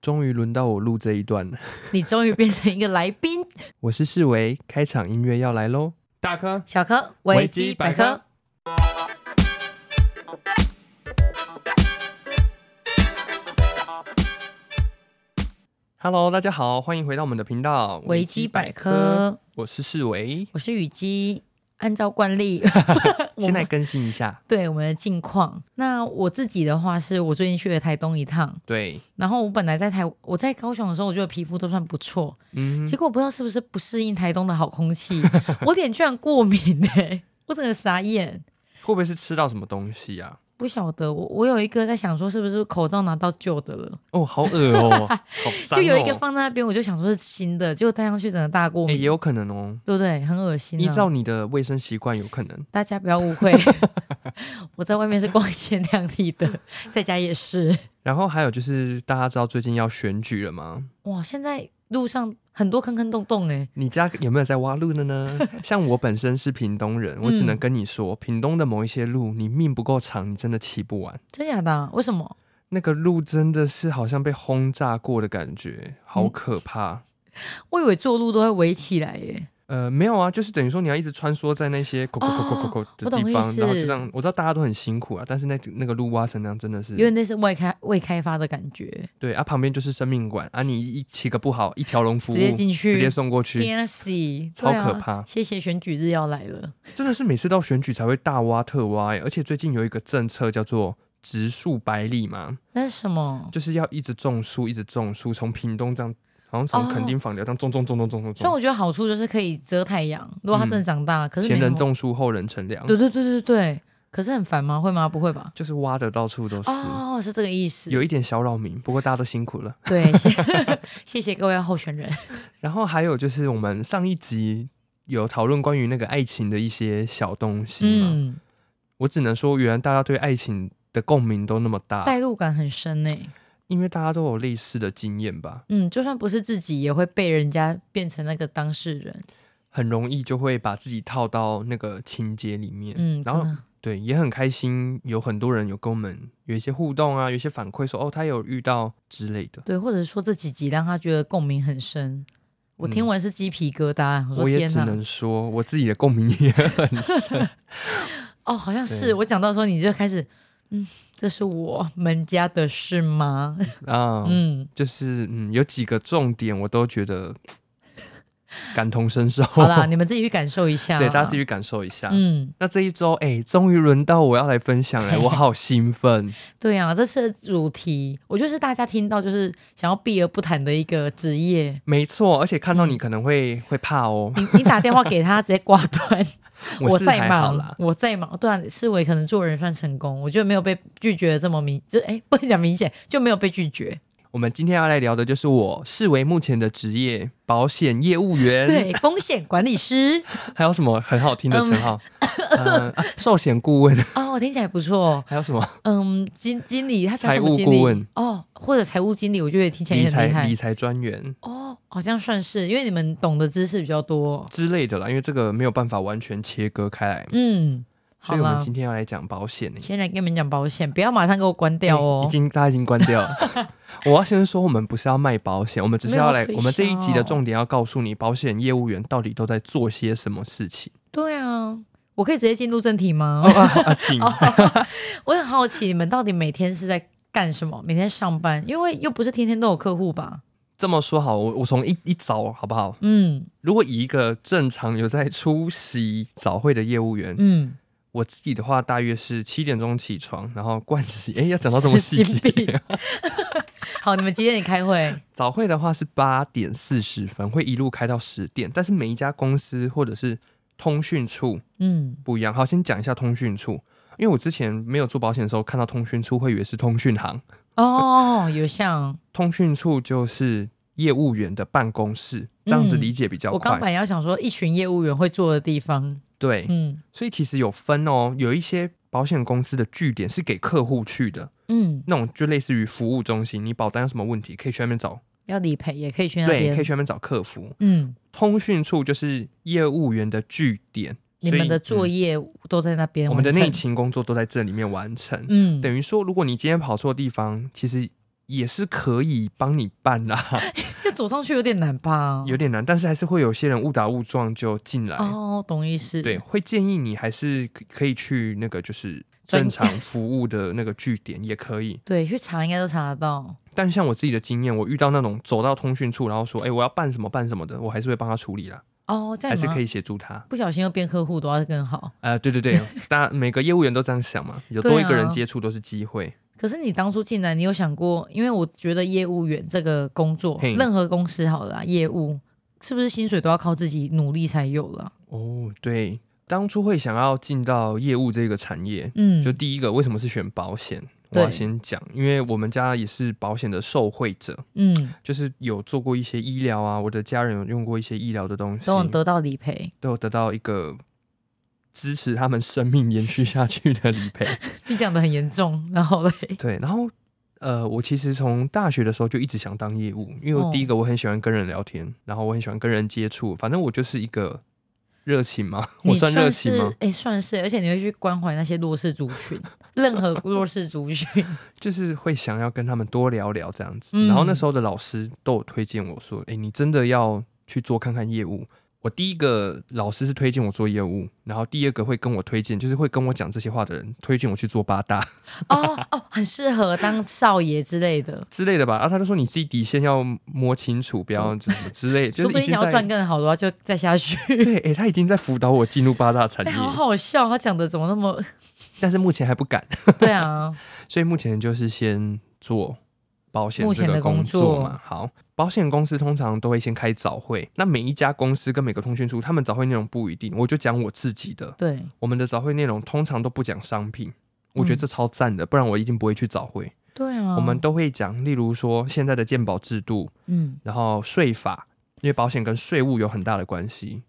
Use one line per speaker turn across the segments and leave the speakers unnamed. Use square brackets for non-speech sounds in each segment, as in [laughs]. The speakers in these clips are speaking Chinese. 终于轮到我录这一段了。
[laughs] 你终于变成一个来宾，
我是世维，开场音乐要来喽。
大科，
小柯
维
维
基
基
百
百
科
科。
Hello，大家好，欢迎回到我们的频道
维基百科，
我是世维，
我是雨姬。按照惯例，我
先
们
来更新一下。
对我们的近况。那我自己的话，是我最近去了台东一趟，
对，
然后我本来在台我在高雄的时候，我觉得皮肤都算不错，
嗯
结，果不知道是不是不适应台东的好空气，我脸居然过敏哎、我整个傻眼。
会不会是吃到什么东西啊？
不晓得，我我有一个在想说，是不是口罩拿到旧的了？
哦，好恶
[laughs]
哦，好脏哦。
就有一个放在那边，我就想说是新的，结果戴上去整个大过
诶
敏，
也有可能哦。
对不对？很恶心、啊。
依照你的卫生习惯，有可能。
大家不要
[laughs]
误会，我在外面是光鲜亮丽的， [laughs] 在家也是。
然后还有就是，大家知道最近要选举了吗？
哇，现在路上很多坑坑洞洞哎、
你家有没有在挖路的
[laughs]
呢？像我本身是屏东人，我只能
嗯
跟你说，屏东的某一些路，你命不够长，你真的骑不完。
真假的啊、为什么？
那个路真的是好像被轰炸过的感觉，
嗯
好可怕。
我以为做路都会围起来耶、
呃，没有啊，就是等于说你要一直穿梭在那些口口口口口
哦我
的
懂
地
意
方，
思
然后就这样。我知道大家都很辛苦啊，但是那那个路挖成那样真的是
因为那是未开未开发的感觉，
对啊，旁边就是生命馆啊，你一骑个不好，一条龙服务
直接进去，
直接送过去，
天死
超
对啊
可怕
谢谢选举日要来了，
真的是每次到选举才会大挖特挖、欸，而且最近有一个政策叫做。植树百里嘛，
那是什么？
就是要一直种树，一直种树，从屏东这样，好像从
哦
垦丁访寮这样种种种种种种
虽然
种，
我觉得好处就是可以遮太阳，如果它真的长大，可是没
嗯前人
有，
种树，后人乘凉，
对对对对对，可是很烦吗？会吗？不会吧？
就是挖的到处都是，
哦，是这个意思。
有一点小扰民，不过大家都辛苦了。
对，谢 [laughs] 谢谢各位候选人。
然后还有就是我们上一集有讨论关于那个爱情的一些小东西嘛，
嗯，
我只能说，原来大家对爱情的共鸣都那么大，
代入感很深呢、
欸因为大家都有类似的经验吧，
嗯，就算不是自己，也会被人家变成那个当事人。
很容易就会把自己套到那个情节里面。
嗯，
然后
可能
对，也很开心，有很多人有跟我们有一些互动啊，有一些反馈说哦，他有遇到之类的。
对，或者说这几集让他觉得共鸣很深。我听
嗯
完是鸡皮疙瘩，我
我
说
也
天
只
哪！
能说，我自己的共鸣也很深。
哦，好像是
对
我讲到说你就开始，嗯，这是我们家的事吗？
啊， [laughs]
嗯，
就是嗯，有几个重点我都觉
[laughs]
得感同身受。
好
[laughs]
啦，你们自己去感受一下。啊
对，大家自己去感受一下。
嗯，
那这一周，哎、终于轮到我要来分享
[laughs]
了，我好兴奋。
对啊，这次的主题，我就是大家听到就是想要避而不谈的一个职业。
没错，而且看
嗯
到你可能会、会怕哦。
[laughs] 你你打电话给他，直 [laughs] 接挂断。我
是
在
还好
忙
啦，，
我在忙。对啊，思维可能做人算成功，我觉得没有被拒绝得这么明，就哎、不能讲明显，就没有被拒绝。
我们今天要来聊的就是我视为目前的职业——保险业务员。，
对，风险管理师
还有什么很好听的称号？嗯、
[laughs]
啊寿险顾问，
哦，我听起来不错。
还有什么
嗯，经经理他是
财
什么
务
经
顾
理
问
哦，或者财务经理，我觉得也听起来
理
也很厉
财
害
理财专员
哦，好像算是，因为你们懂的知识比较多。
之类的啦？因为这个没有办法完全切割开来，
嗯，好
所以我们
啦，
今天要来讲保险呢、欸
先来跟你们讲保险，不要马上给我关掉哦
哎已。经大家已经关掉了。
[laughs]
我要先说，我们不是要卖保险，我们只是要来
没有要，推销
我们这一集的重点要告诉你，保险业务员到底都在做些什么事
[laughs]
情。
对啊，我可以直接进入正题吗？
哦啊啊，请，
我很好奇，你们到底每天是在干什么？每天上班，因为又不是天天都有客户吧？
[laughs] 这么说好，我我从一一早好不好？
嗯
如果以一个正常有在出席早会的业务员，
嗯，
我自己的话大约是七点钟起床，然后盥洗。哎，要讲到这么细
[laughs] 神经
节
病，好，你们几点开会？
[laughs] 早会的话是八点四十分，会一路开到十点，但是每一家公司或者是通讯处
嗯，
不一样。好，先讲一下通讯处，因为我之前没有做保险的时候，看到通讯处会以为是通讯行，
哦，有像
通讯处就是业务员的办公室，这样子
嗯
理解比较
我刚
快。
本来要想说一群业务员会做的地方，
对，
嗯
所以其实有分哦，有一些保险公司的据点是给客户去的，
嗯，
那种就类似于服务中心，你保单有什么问题可以去那边找，
要理赔也可以去那
对，
边
可以，去那边找客服。
嗯，
通讯处就是业务员的据点，
你
所以
们的作
嗯
业都在那边
我
完
们的
成，
内勤工作都在这里面完成。
嗯，
等于说，如果你今天跑错地方，其实也是可以帮你办啦， [laughs]
要走上去有点难吧？
有点难，但是还是会有些人误打误撞就进来。
哦，懂意思。
对，，会建议你还是可可以去那个就是
专
正常服务的那个据点也可以。
对，去查应该都查得到。
但像我自己的经验，我遇到那种走到通讯处，然后说：“哎、我要办什么办什么的”，我还是会帮他处理啦，
哦，这
还
样
是
蛮好
可以协助他。
不小心又变客户的话更好。
呃，对对
[laughs]
对，大家每个业务员都这样想嘛，有
对
多一个
啊
人接触都是机会。
可是你当初进来，你有想过？因为我觉得业务员这个工作，
嘿
任何公司好了啊，业务是不是薪水都要靠自己努力才有了？
哦，对，当初会想要进到业务这个产业，
嗯，
就第一个为什么是选保险，我要
对
先讲，因为我们家也是保险的受惠者，
嗯，
就是有做过一些医疗啊，我的家人有用过一些医疗的东西，
都能得到理赔， [laughs]
都有得到一个支持他们生命延续下去的理
[laughs]
赔。
你讲的很严重，然后嘞，
对，然后呃，我其实从大学的时候就一直想当业务，因为我
哦
第一个我很喜欢跟人聊天，然后我很喜欢跟人接触，反正我就是一个热情嘛， [laughs] 我
你
算热
算
情
是
吗？
哎、算是，而且你会去关怀那些弱势族群， [laughs] 任何弱势族群， [laughs]
就是会想要跟他们多聊聊这样子。
嗯
然后那时候的老师都有推荐我说：“哎、你真的要去做看看业务。”我第一个老师是推荐我做业务，然后第二个会跟我推荐，就是会跟我讲这些话的人，推荐我去做八大 [laughs]
哦哦，很适合当少爷之类的，
之类的吧。然、后啊他就说你自己底线要摸清楚，不要什么之类，就
哦说
是
不
已
定
经
想要赚
在
更好的话，就再
[laughs]
下去。
对，哎、他已经在辅导我进入八大产
哎、 [laughs]
业，
好好笑，他讲的怎么那么……
但是目前还不敢，
对啊，
所以目前就是先做保险
目
这
前
个
的
工
工
作嘛。
作
好，保险公司通常都会先开早会，那每一家公司跟每个通讯处，他们早会内容不一定。我就讲我自己的，
对，
我们的早会内容通常都不讲商品，我觉得
嗯
这超赞的，不然我一定不会去早会。
对啊，
我们都会讲，例如说现在的健保制度，
嗯
然后税法，因为保险跟税务有很大的关系，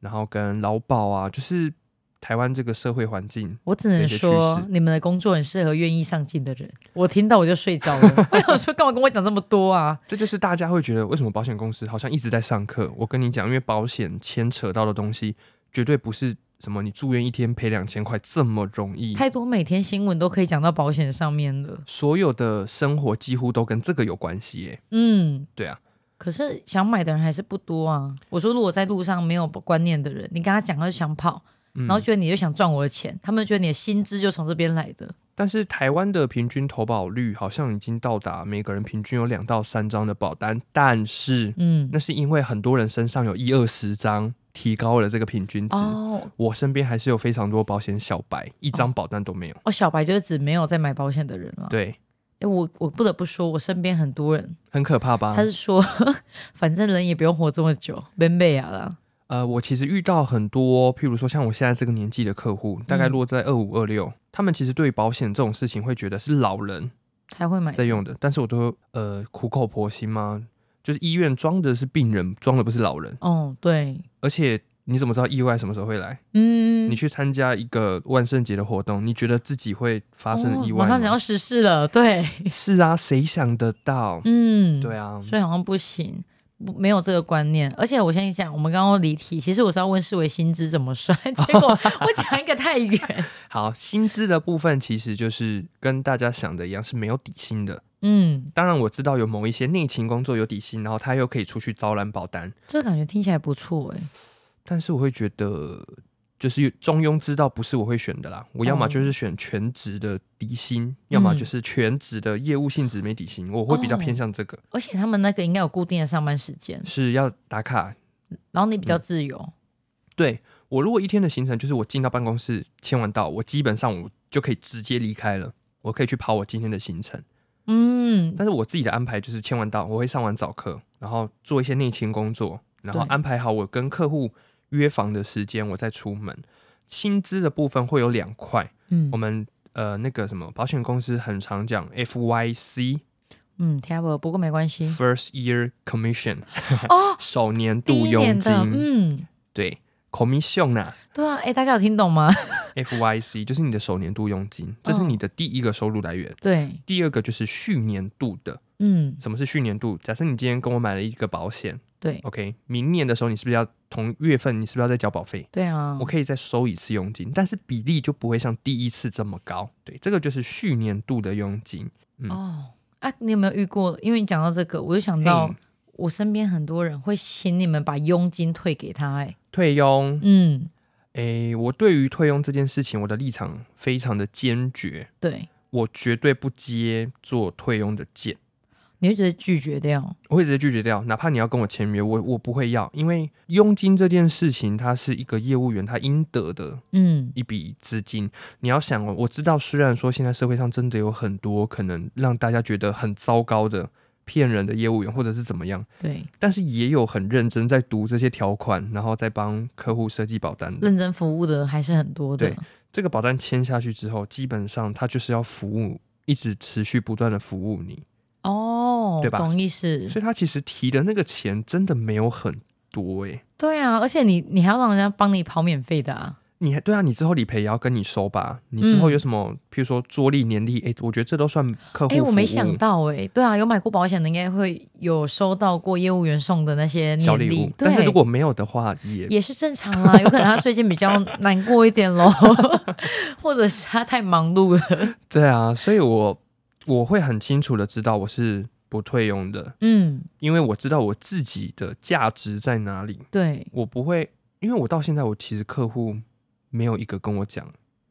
然后跟劳保啊，就是台湾这个社会环境，
我只
这
能
些趋
说
势，
你们的工作很适合愿意上进的人。我听到我就睡着了，
[laughs]
我想说干嘛跟我讲这么多啊？
这就是大家会觉得为什么保险公司好像一直在上课。我跟你讲，因为保险牵扯到的东西绝对不是什么你住院一天赔两千块这么容易。
太多每天新闻都可以讲到保险上面了。
所有的生活几乎都跟这个有关系耶。
嗯，
对啊，
可是想买的人还是不多啊。我说，如果在路上没有观念的人，你跟他讲，他就想跑，
嗯
然后觉得你就想赚我的钱，他们觉得你的薪资就从这边来的。
但是台湾的平均投保率好像已经到达每个人平均有两到三张的保单，但是
嗯，
那是因为很多人身上有一二十张，提高了这个平均值。
哦
我身边还是有非常多保险小白，一张保单都没有。
哦，小白就是指没有在买保险的人了。
对，
诶，我我不得不说，我身边很多人，
很可怕吧？
他是说， [laughs] 反正人也不用活这么久，免贝啊啦。
呃，我其实遇到很多，譬如说像我现在这个年纪的客户，大概
嗯
落在二五二六，他们其实对保险这种事情会觉得是老人
才会买
在用的，但是我都呃苦口婆心吗？就是医院装的是病人，装的不是老人，
哦，对，
而且。你怎么知道意外什么时候会来？
嗯，
你去参加一个万圣节的活动，你觉得自己会发生意
哦
外吗、
马上讲要实事了，对，
是啊，谁想得到？
嗯，
对啊，
所以好像不行，不没有这个观念。而且我先讲，我们刚刚离题，其实我是要问世维薪资怎么算，结
[laughs]
果我讲一个太远，
好，薪资的部分其实就是跟大家想的一样，是没有底薪的。
嗯，
当然我知道有某一些内勤工作有底薪，然后他又可以出去招揽保单，
这感觉听起来不错哎、
但是我会觉得就是中庸之道不是我会选的啦。我要么就是选全职的底薪，要么就是全职的业务性质没底薪，我会比较偏向这个，
而且他们那个应该有固定的上班时间，
是要打卡。
然后你比
嗯
较自由，
对我如果一天的行程就是我进到办公室签完到，我基本上我就可以直接离开了。我可以去跑我今天的行程，
嗯，
但是我自己的安排就是签完到，我会上完早课，然后做一些内勤工作，然后
对
安排好我跟客户约访的时间，我再出门。薪资的部分会有两块，
嗯
我们呃那个什么保险公司很常讲 FYC
嗯，听不，不过没
[laughs]
关系
First Year Commission [laughs]
哦，
首年
第
度
一年
佣金，
的，嗯，
对 commission 啊
对啊，哎、大家有听懂吗？ [laughs]
FYC 就是你的首年度佣
哦
金，这是你的第一个收入来源。
对，
第二个就是续年度的，
嗯，
什么是续年度？假设你今天跟我买了一个保险，
对，
OK，明年的时候你是不是要同月份你是不是要再交保费？
对啊，
我可以再收一次佣金，但是比例就不会像第一次这么高。对，这个就是续年度的佣金。嗯
哦，啊，你有没有遇过？因为你讲到这个，我就想到
嗯
我身边很多人会请你们把佣金退给他、哎，
退佣，
嗯，
诶，我对于退佣这件事情，我的立场非常的坚决，
对，
我绝对不接做退佣的件，
你会觉得拒绝掉，
我会直接拒绝掉。哪怕你要跟我签约，我我不会要，因为佣金这件事情，它是一个业务员他应得的
嗯，
一笔资金。你要想哦，我知道虽然说现在社会上真的有很多可能让大家觉得很糟糕的骗人的业务员，或者是怎么样，
对，
但是也有很认真在读这些条款，然后再帮客户设计保单的。
认真服务的还是很多的
对，这个保单签下去之后，基本上它就是要服务，一直持续不断的服务你，
哦，
对吧
懂意思，
所以他其实提的那个钱真的没有很多欸诶、
对啊，而且你你还要让人家帮你跑免费的啊，
你还对啊，你之后理赔也要跟你收吧。你之后
嗯
有什么，譬如说桌历、年历，诶、我觉得这都算客户
哎、
服务。
我没想到哎、对啊，有买过保险的应该会有收到过业务员送的那些
小
年
礼
历
物，，
对
但是如果没有的话，也
也是正常啊
[laughs]
啦，有可能他最近比较难过一点咯， [laughs] 或者是他太忙
[laughs]
碌了，
对啊，所以我我会很清楚的知道我是不退佣的，
嗯，
因为我知道我自己的价值在哪里，
对，
我不会，因为我到现在我其实客户没有一个跟我讲。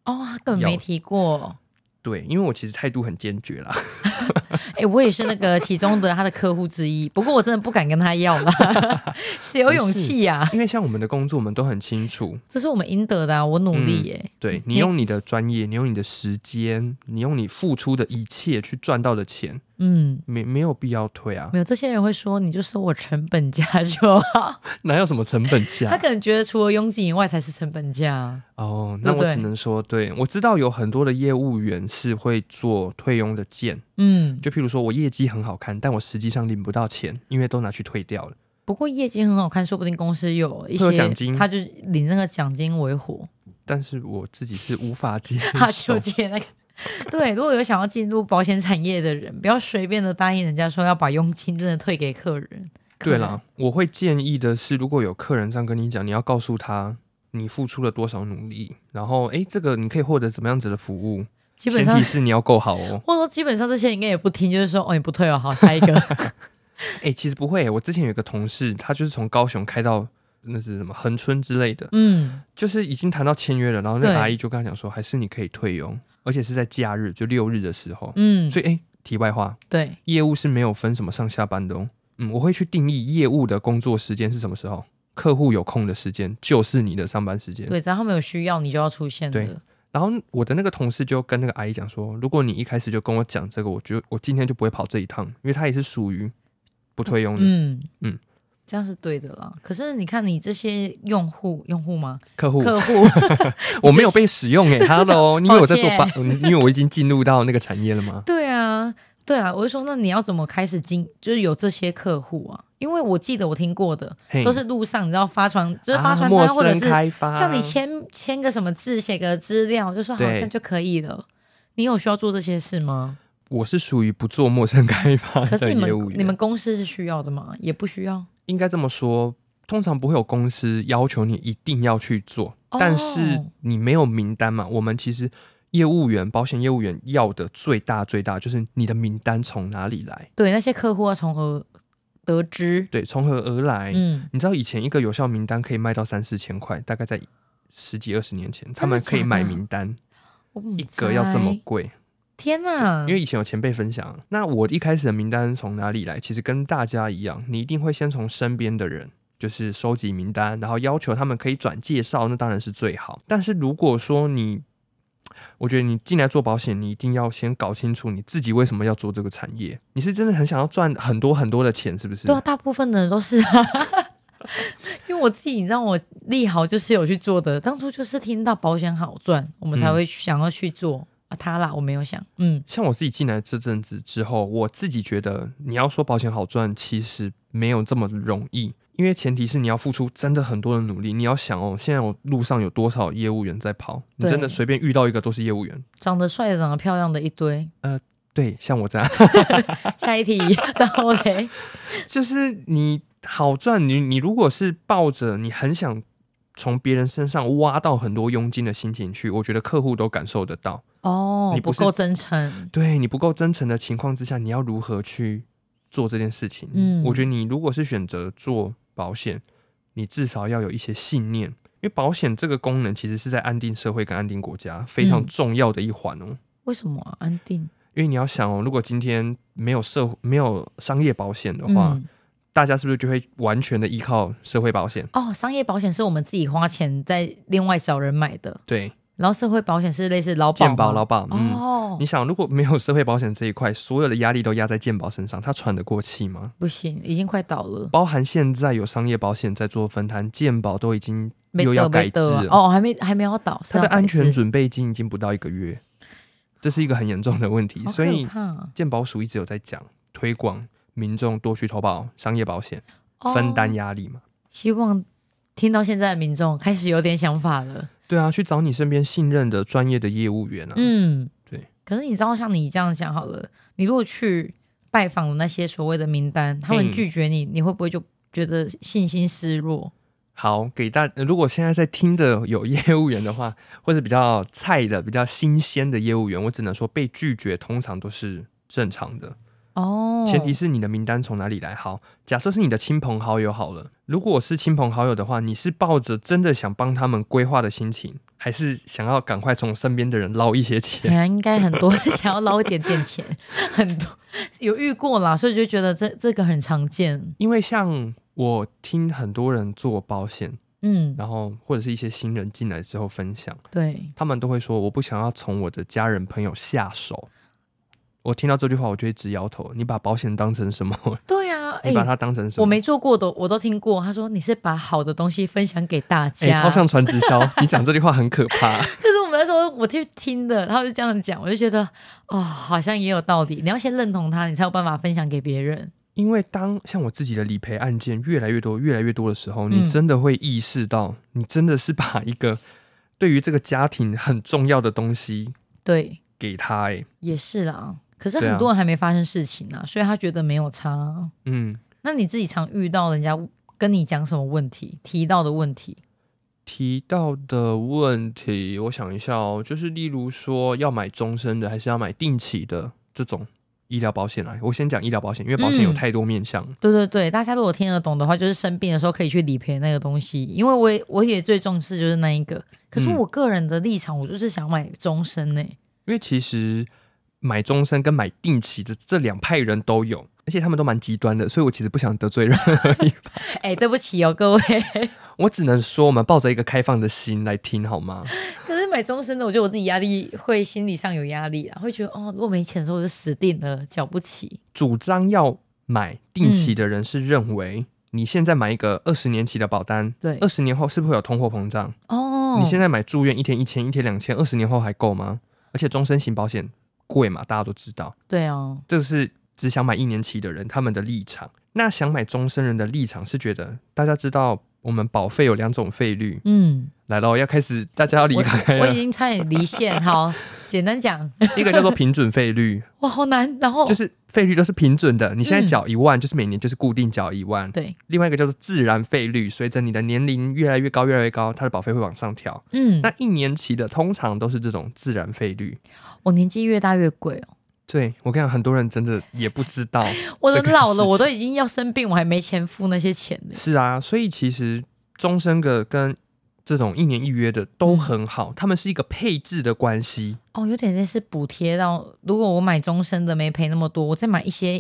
哦，他根本没
要
提过，
对，因为我其实态度很坚决啦。
哎、我也是那个其中的他的客户之一，不过我真的不敢跟他要
[laughs]
啦，谁有勇气呀、
因为像我们的工作，我们都很清楚，
这是我们应得的、啊，我努力耶、
对你
你
用你的专业，你用你的时间，你用你付出的一切去赚到的钱，
嗯。
没没有必要退啊
没，有，这些人会说你就收我成本价就
[laughs]
好。
哪有什么成本
他
价？
可能觉得除了佣金以外才是成本价啊。
哦，那
对不
我
对
只能说，对我知道有很多的业务员是会做退佣的件，
嗯，
就譬如说我业绩很好看，但我实际上领不到钱，因为都拿去退掉了。
不过业绩很好看，说不定公司有一
会有
些
奖金
他就领那个奖金为火，
但是我自己是无法接
他
受
就，接那个。对，如果有想要进入保险产业的人，不要随便的答应人家说要把佣金真的退给客人。
对
可能
啦，，我会建议的是，如果有客人这样跟你讲，你要告诉他你付出了多少努力，然后诶，这个你可以获得怎么样子的服务，
基本
前
上
提是你要够好哦。
或者说基本上这些人应该也不听，就是说哦你不退哦，好下一个。
[laughs] 诶，其实不会，我之前有一个同事，他就是从高雄开到那是什么恒春之类的，
嗯，
就是已经谈到签约了，然后那
对
个阿姨就跟他讲说，还是你可以退佣，而且是在假日，就六日的时候。
嗯，
所以诶，题外话，
对，
业务是没有分什么上下班的哦。嗯，我会去定义业务的工作时间是什么时候，客户有空的时间就是你的上班时间。
对，只要他们有需要，你就要出现
对
的。
然后我的那个同事就跟那个阿姨讲说，如果你一开始就跟我讲这个，我觉得我今天就不会跑这一趟，因为他也是属于不退佣的、
嗯嗯
嗯，
这样是对的啦。可是你看，你这些用户用户吗？
客户。 [laughs]
客户
我没有被使用诶哈
[laughs]
喽，你以为我在做
抱
八，你以为我已经进入到那个产业了吗？
对啊，对啊，我就说，那你要怎么开始经，就是有这些客户啊？因为我记得我听过的
嘿
都是路上，你知道发传，就是发
啊
传单、
陌
或者
生
是
开啊发，
叫你签签个什么字，写个资料，就说好
对
像就可以了。你有需要做这些
[laughs]
事吗？
我是属于不做陌生开发
可是
的
你
业务
们
员。
你们公司是需要的吗？也不需要。
应该这么说，通常不会有公司要求你一定要去做，
哦
但是你没有名单嘛。我们其实业务员、保险业务员要的最大最大就是你的名单从哪里来，
对，那些客户要从何得知？
对，从何而来？
嗯，
你知道以前一个有效名单可以卖到三四千块，大概在十几二十年前，他们可以买名单，
我不
一个要这么
知
贵，
天哪！
因为以前有前辈分享。那我一开始的名单从哪里来？其实跟大家一样，你一定会先从身边的人。就是收集名单，然后要求他们可以转介绍，那当然是最好。但是如果说你，我觉得你进来做保险，你一定要先搞清楚你自己为什么要做这个产业。你是真的很想要赚很多很多的钱，是不是？
对啊，大部分的人都是啊。 [laughs] 因为我自己，你知道，我利好就是有去做的。当初就是听到保险好赚，我们才
嗯
会去想要去做、啊。他啦，我没有想，嗯，
像我自己进来这阵子之后，我自己觉得你要说保险好赚，其实没有这么容易，因为前提是你要付出真的很多的努力。你要想哦，现在我路上有多少业务员在跑，你
对
真的随便遇到一个都是业务员。
长得帅的、长得漂亮的一堆。 [laughs]
对，像我这样，
下一题， [laughs] 然后嘞， [laughs]
就是你好赚，你你如果是抱着你很想从别人身上挖到很多佣金的心情去，我觉得客户都感受得到。
哦，
你不
不
是
够真诚，
对你不够真诚的情况之下，你要如何去做这件事情？
嗯
我觉得你如果是选择做保险，你至少要有一些信念，因为保险这个功能其实是在安定社会跟安定国家非常
嗯
重要的一环哦。
为什么啊、安定
因为你要想哦，如果今天没有社没有商业保险的话，
嗯
大家是不是就会完全的依靠社会保险？
哦，商业保险是我们自己花钱在另外找人买的，
对，
然后社会保险是类似劳保
健保、
吗
劳保，嗯，
哦
你，想，如果没有社会保险这一块，所有的压力都压在健保身上，他喘得过气吗？
不行，已经快倒了，
包含现在有商业保险在做分摊，健保都已经
没
又要
得没
改
得
制了
啊哦，还没还没有倒，是
它的
要改
安全
制
准备金已经不到一个月，这是一个很严重的问题。
好
所以
可怕啊
健保署一直有在讲推广民众多去投保商业保险，分担
哦
压力嘛。
希望听到现在的民众开始有点想法了。
对啊，去找你身边信任的专业的业务员啊。
嗯，
对。
可是你知道，像你这样讲好了，你如果去拜访那些所谓的名单，他们
嗯
拒绝你，你会不会就觉得信心失落？
好，给大、呃如果现在在听的有业务员的话， [laughs] 或者比较菜的、比较新鲜的业务员，我只能说被拒绝通常都是正常的，
哦，
前提是你的名单从哪里来。好，假设是你的亲朋好友好了，如果是亲朋好友的话，你是抱着真的想帮他们规划的心情，还是想要赶快从身边的人捞一些
本
钱？ [laughs]
来应该很多想要捞一点点钱，很多有遇过啦，所以就觉得这这个很常见。
因为像我听很多人做保险，
嗯，
然后或者是一些新人进来之后分享。
对，
他们都会说我不想要从我的家人朋友下手。我听到这句话，我就会直摇头。你把保险当成什么？ [laughs]
对啊，哎、
你把它当成什么？
我没做过的我都听过。他说你是把好的东西分享给大
哎、
家，
超像传直销。你讲这句话很可怕。
可是我们那时候我去听的，他就这样讲，我就觉得哦，好像也有道理。你要先认同他，你才有办法分享给别人。
因为当像我自己的理赔案件越来越多、越来越多的时候，
嗯
你真的会意识到，你真的是把一个对于这个家庭很重要的东西
对，
给他、哎，
也是啦。可是
对
很
啊
多人还没发生事情啊，所以他觉得没有差啊。
嗯，
那你自己常遇到人家跟你讲什么问题，提到的问题？
提到的问题，我想一下哦，就是例如说要买终身的，还是要买定期的这种医疗保险来。我先讲医疗保险，因为保险有
嗯
太多面向。
对对对，大家如果听得懂的话，就是生病的时候可以去理赔那个东西，因为我也我也最重视就是那一个。可是
嗯
我个人的立场，我就是想买终身呢、
因为其实买终身跟买定期的这两派人都有，而且他们都蛮极端的，所以我其实不想得罪任何一方。
哎、对不起哦，各位。
我只能说，我们抱着一个开放的心来听好
[laughs]
吗？
可是买终身的，我觉得我自己压力会心理上有压力啊，会觉得哦，如果没钱的时候我就死定了，缴不起。
主张要买定期的人是认为，你现在买一个二十年期的保单，
对
二，十年后是不是会有通货膨胀？
哦，
呃你现在买住院一天一千，一天两千，二十年后还够吗？而且终身型保险贵嘛，大家都知道，
对啊，
这是只想买一年期的人他们的立场。那想买终身人的立场是觉得，大家知道我们保费有两种费率，
嗯，
来咯，要开始大家要离开
我已
了。
经差点离线。好，简
[laughs]
单讲，
一个叫做平准费率，
哇，好难。然
[laughs]
后
就是费率都是平准的，你现在
嗯
缴一万，就是每年就是固定缴一万。
对，
另外一个叫做自然费率，随着你的年龄越来越高，越来越高，它的保费会往上调。
嗯，
那一年期的通常都是这种自然费率。
我年纪越大越贵哦，
对我跟你讲，很多人真的也不知
[laughs]
道。
我都
这个
老
事
了，
情
我都已经要生病，我还没钱付那些钱呢。
是啊，所以其实终身的跟这种一年一约的都很
嗯
好，他们是一个配置的关系。
哦，有点类似补贴到，如果我买终身的没赔那么多，我再买一些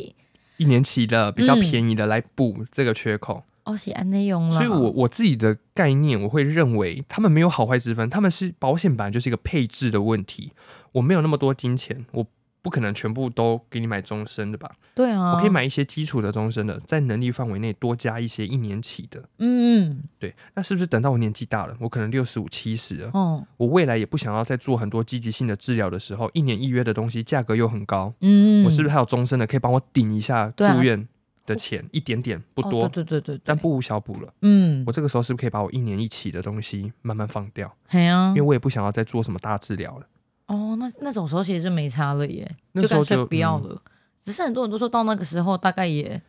一年期的比较
嗯
便宜的来补这个缺口，
哦是安内用了。
所以我我自己的概念，我会认为他们没有好坏之分，他们是保险本来就是一个配置的问题。我没有那么多金钱，我不可能全部都给你买终身的吧？
对啊，
我可以，买一些基础的终身的，在能力范围内多加一些一年期的。
嗯
对，那是不是等到我年纪大了，我可能六十五、七十了
嗯，，哦，
我未来也不想要再做很多积极性的治疗的时候，一年一约的东西价格又很高，
嗯，
我是不是还有终身的可以帮我顶一下住
对啊
院的钱？一点点不
哦
多，
对对对对，
但
对
不无小补了。
嗯
我，这个时候是不是可以把我一年一期的东西慢慢放掉？
嘿啊
因为，我也不想要再做什么大治疗了。
哦，那那种时候其实就没差了耶，
那时候
干脆
就
不要
嗯
了。只是很多人都说到那个时候大
[laughs]
概也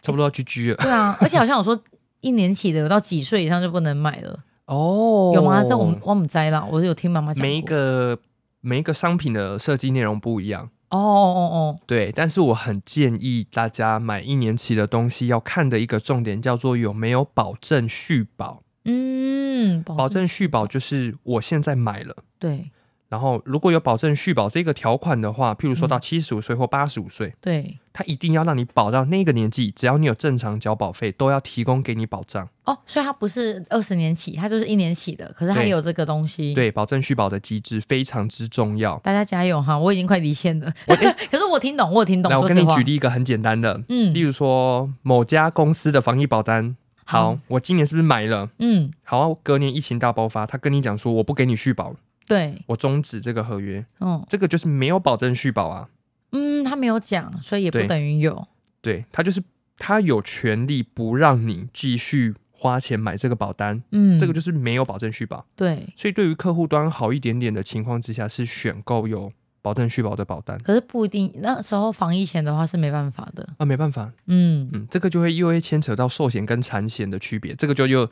差不多要 GG 了。
对啊，而且好像我说一年起的有到几岁以上就不能买了，
哦，
有吗？这我们我们摘了，我有听妈妈讲过。
每一个每一个商品的设计内容不一样，
哦哦
对。但是我很建议大家买一年期的东西，要看的一个重点叫做有没有保证续保。
哦，嗯，
保证续保就是我现在买了，
对
然后如果有保证续保这个条款的话，譬如说到
嗯
七十五岁或八十五岁，
对
它一定要让你保到那个年纪，只要你有正常交保费，都要提供给你保障。
哦，所以它不是二十年起，它就是一年起的，可是它
对
有这个东西。，
对，保证续保的机制非常之重要。
大家加油哈！我已经快离线了， [laughs] 可是我听懂，我有听懂。
来，我
说
跟
实
你
话
举，例一个很简单的，例
嗯
如说某家公司的防疫保单，好，
好
我今年是不是买了？
嗯，
好啊，隔年疫情大爆发，他跟你讲说我不给你续保，
对，
我终止这个合约，
嗯
这个就是没有保证续保啊。
嗯，他没有讲，所以也不
对
等于有。
对他就是他有权利不让你继续花钱买这个保单，
嗯，
这个就是没有保证续保。
对。
所以对于客户端好一点点的情况之下，是选购有保证续保的保单
可是不一定，那时候防疫险的话是没办法的。
啊，没办法，
嗯，
嗯，这个就会又会牵扯到寿险跟产险的区别，这个就又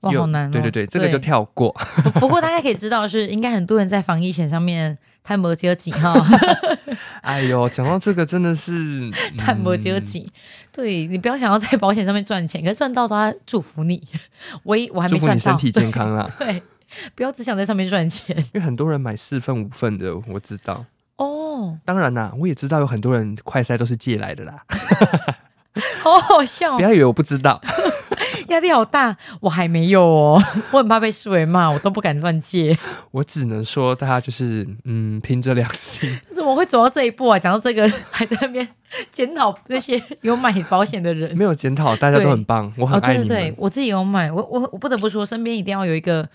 哇，
又
好难、哦。
对对啊对，这个就跳过。
不不过大家可以知道的是，应该很多人在防疫险上面探摩接警
[laughs]
哈，
[laughs] 哎呦，讲到这个真的 [laughs] 是
探摩接
嗯
警。对你不要想要在保险上面赚钱，可是赚到的话祝福你。 [laughs] 我一我还
祝
没
福
赚
你身
到，
体健
[laughs]
康啦，
对，不要只想在上面
[laughs]
赚钱
因为很多人买四份五份的，我知道。
哦，
当然啦，我也知道有很多人快筛都是借来的啦，
好好笑
不，要以为我不知道。
压力好大。我还没有哦， [laughs] 我很怕被视为骂，我都不敢乱借。
我只能说，大家就是嗯，凭着良
[laughs]
心，
怎么会走到这一步啊？讲到这个， [laughs] 还在那边检讨那些 [laughs] 有买保险的人。
没有检讨，大家都很棒，我很
哦，
爱
对
你
对
们。
对，我自己有买，我我我不得不说，身边一定要有一个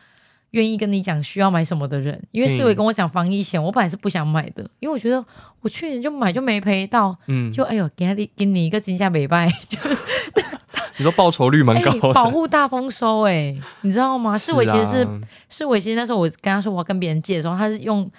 愿意跟你讲需要买什么的人，因为世伟
嗯
跟我讲防疫险，我本来是不想买的，因为我觉得我去年就买就没赔到，
嗯，
就哎呦给他给你一个金价美拜，就
你说报酬率蛮
哎
高的，
保护大丰收哎、你知道吗？世伟其实是
啊
世伟，其实那时候我跟他说我要跟别人借的时候，他是用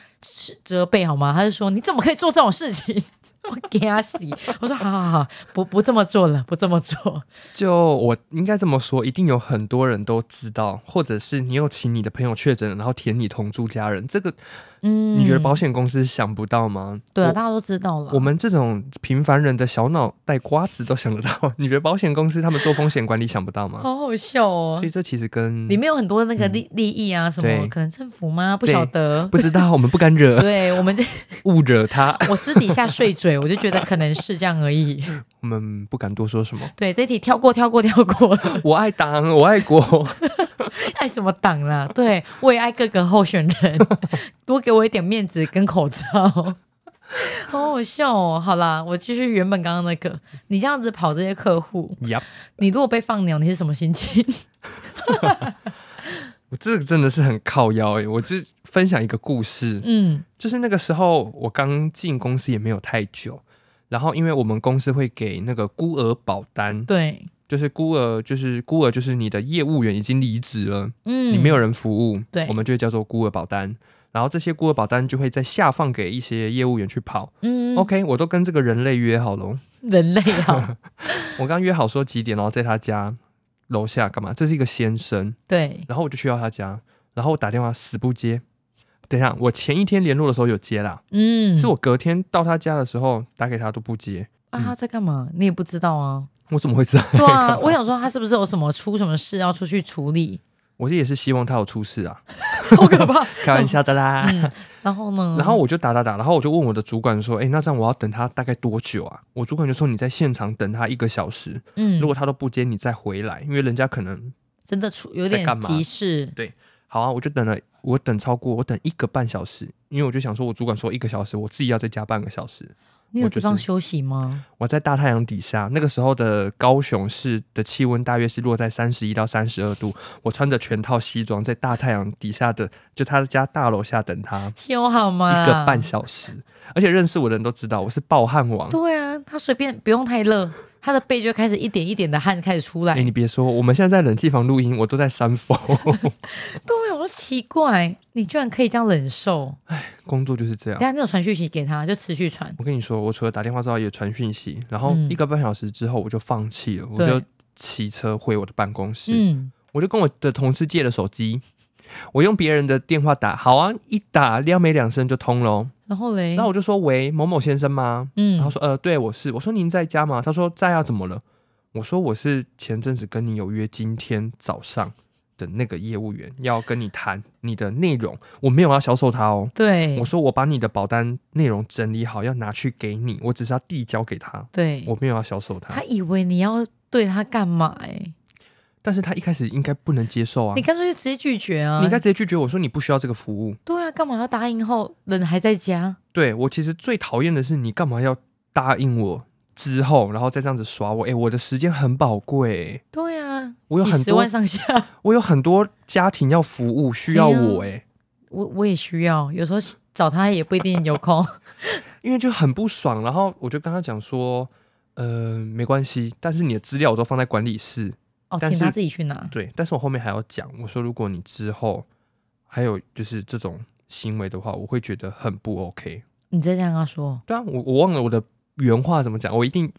责备好吗？他就说你怎么可以做这种事情？ [laughs] 我给他死！我说好好好，不不这么做了，不这么做。
就我应该这么说，一定有很多人都知道，或者是你有请你的朋友确诊，然后填你同住家人，这个
嗯，
你觉得保险公司想不到吗？
对啊，
我
大家都知道了。
我们这种平凡人的小脑袋瓜子都想得到，你觉得保险公司他们做风险管理想不到吗？
好好笑 [laughs] 哦
所以这其实跟
里面有很多那个利利益啊，什么
对
可能政府吗？不晓得。
不知道，我们不敢
[laughs]
惹，
对我们，
误惹他，
我私底下睡嘴，我就觉得可能是这样而已。 [laughs]
我们不敢多说什么。
对，这题跳过，跳过，跳过。
我爱党，我爱国， [laughs]
爱什么党啦？ [laughs] 对我也爱各个候选人， [laughs] 多给我一点面子跟口罩。 [laughs] 好好笑哦！好啦，我继续原本刚刚那个，你这样子跑这些客户，
呀，
你如果被放鸟，你是什么心情？ [laughs]
我这个真的是很靠腰诶、我只分享一个故事，
嗯，
就是那个时候我刚进公司也没有太久，然后因为我们公司会给那个孤儿保单，
对，
就是孤儿，就是孤儿，就是你的业务员已经离职了，
嗯，
你没有人服务，
对
我们就会叫做孤儿保单。然后这些孤儿保单就会再下放给一些业务员去跑。
嗯
OK，我都跟这个人类约好了哦，
人类
[laughs]
啊，
我刚约好说几点，然后在他家楼下干嘛？这是一个先生，
对，
然后我就去到他家，然后我打电话死不接。等一下，我前一天联络的时候有接啦，
嗯，
是我嗯隔天到他家的时候打给他都不接， [laughs]
啊，他在干嘛？你也不知道啊。
我怎么会知道？
对啊，我想说他是不是有什么出什么事要出去处理？
[laughs] 我也是希望他有出事啊，
好可怕。
开玩笑的啦。
嗯，然后呢？
[laughs] 然后我就打打打，然后我就问我的主管说：“哎，那这样我要等他大概多久啊？”我主管就说：“你在现场等他一个小时，
嗯，
如果他都不接，你再回来，因为人家可能
真的出有
在
点
干嘛
急事，
好啊。”我就等了，我等超过，我等一个半小时，因为我就想说，我主管说一个小时，我自己要再加半个小时。
你有
我就
地方
是
休息吗？
我在大太阳底下，那个时候的高雄市的气温大约是落在三十一到三十二度。我穿着全套西装，在大太阳底下的就他家大楼下等他
修好吗？
一个半小时，而且认识我的人都知道我是暴汗王。
对啊，他随便不用太热，他的背就开始一点一点的汗开始出来。
哎、你别说，我们现在在冷气房录音，我都在山
[laughs]
峰。
对啊，我说奇怪，你居然可以这样忍受。
工作就是这
等
样
一。下你有传讯息给他，就持续传。
我跟你说，我除了打电话之外，也传讯息，然后
嗯
一个半小时之后我就放弃了，我
对
就骑车回我的办公室。
嗯，
我就跟我的同事借了手机，我用别人的电话打，好啊，一打撩没两声就通喽。
然后嘞，
然后我就说喂，某某先生吗？然后
嗯，
说呃，对，我是。我说您在家吗？他说在啊，怎么了？我说我是前阵子跟你有约，今天早上的那个业务员要跟你谈你的内容，我没有要销售他哦。
对
我说我把你的保单内容整理好，要拿去给你，我只是要递交给他，
对，
我没有要销售他
他。以为你要对他干嘛、哎，
但是他一开始应该不能接受啊，
你
你
干脆就直接拒绝啊！
应该直接拒绝我说你不需要这个服务。
对啊，干嘛要答应后人还在家？
对我其实最讨厌的是你干嘛要答应我之后，然后再这样子耍我？诶，我的时间很宝贵、
对啊，
我有
几
很
十
多
万上下， [laughs]
我有很多家庭要服务，需要我哎、
我我也需要，有时候找他也不一定有空。
因为就很不爽。然后我就跟他讲说，呃，没关系，但是你的资料我都放在管理室，[laughs]
哦，
但
请他
是
自己去拿。
对。但是我后面还要讲，我说如果你之后还有就是这种行为的话，我会觉得很不 OK。
你直接这样跟他说，
对啊，我我忘了我的原话怎么讲，我一定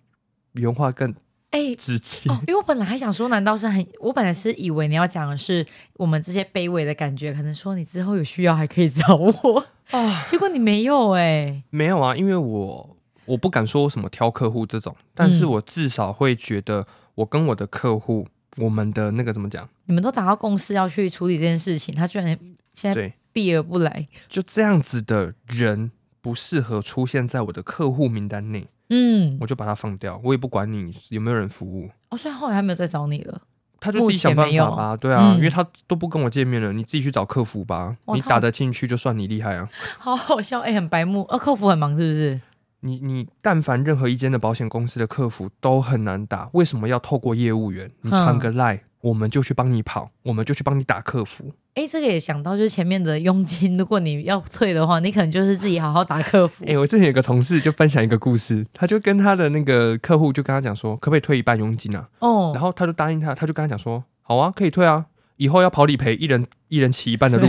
原话更
哎、
直接。
哦，因为我本来还想说，难道是很？我本来是以为你要讲的是我们这些卑微的感觉，可能说你之后有需要还可以找我，
啊，
结果你没有哎、
没有啊，因为我我不敢说什么挑客户这种，但是
嗯
我至少会觉得我跟我的客户，我们的那个怎么讲？
你们都达到共识要去处理这件事情，他居然现在
对，
避而不来。
就这样子的人不适合出现在我的客户名单内，
嗯，
我就把他放掉，我也不管你有没有人服务，
哦，所以后来他没有再找你了。
他就自己想办法吧。对啊，
嗯
因为他都不跟我见面了，你自己去找客服吧，
哇
你
他
打得进去就算你厉害啊。
好好笑，哎、很白目。哦，客服很忙是不是？
你你但凡任何一间的保险公司的客服都很难打，为什么要透过业务员？你传个 line，、我们就去帮你跑，我们就去帮你打客服。
哎、这个也想到，就是前面的佣金，如果你要退的话，你可能就是自己好好打客服。
哎、我之前有个同事就分享一个故事，他就跟他的那个客户就跟他讲说，可不可以退一半佣金啊？
哦
然，后他就答应他，他就跟他讲说：“好啊，可以退啊，以后要跑理赔，一人一人骑一半的
[laughs]
路，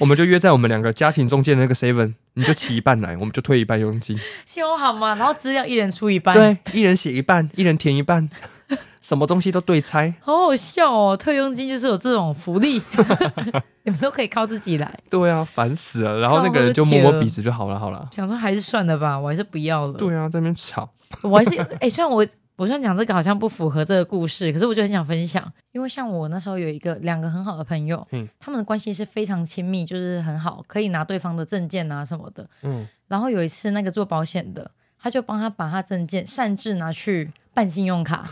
我们就约在我们两个家庭中间的那个 seven，你就骑一半来，我们就退一半佣金，
信用好嘛，然后资料一人出一半。
对，一人写一半，一人填一半， [laughs] 什么东西都对拆，
好好笑哦！退佣金就是有这种福利， [laughs] 你们都可以靠自己来。
对啊，烦死了。然后那个人就摸摸鼻子就好了，好了。”
想说还是算了吧，我还是不要了。
对啊，在那边吵，
我还是哎、虽然我我虽然讲这个好像不符合这个故事，可是我就很想分享，因为像我那时候有一个两个很好的朋友，
嗯
他们的关系是非常亲密，就是很好，可以拿对方的证件啊什么的。
嗯，
然后有一次那个做保险的，他就帮他把他证件擅自拿去办信
[laughs]
用卡，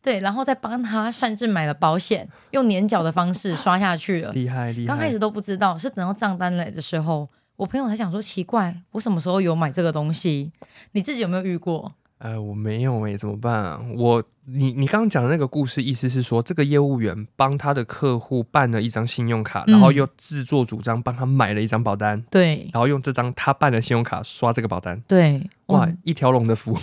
对，然后再帮他擅自买了保险，用年缴的方式刷下去了。
厉害厉害。
刚开始都不知道，是等到账单来的时候，我朋友才想说奇怪，我什么时候有买这个东西？你自己有没有遇过？
呃，我没有诶，怎么办啊？我你你刚刚讲的那个故事，意思是说，这个业务员帮他的客户办了一张信用卡，然后
嗯
又自作主张帮他买了一张保单，
对
然后用这张他办的信用卡刷这个保单，
对，
哇，
哇！
一条龙的
[laughs]
服务。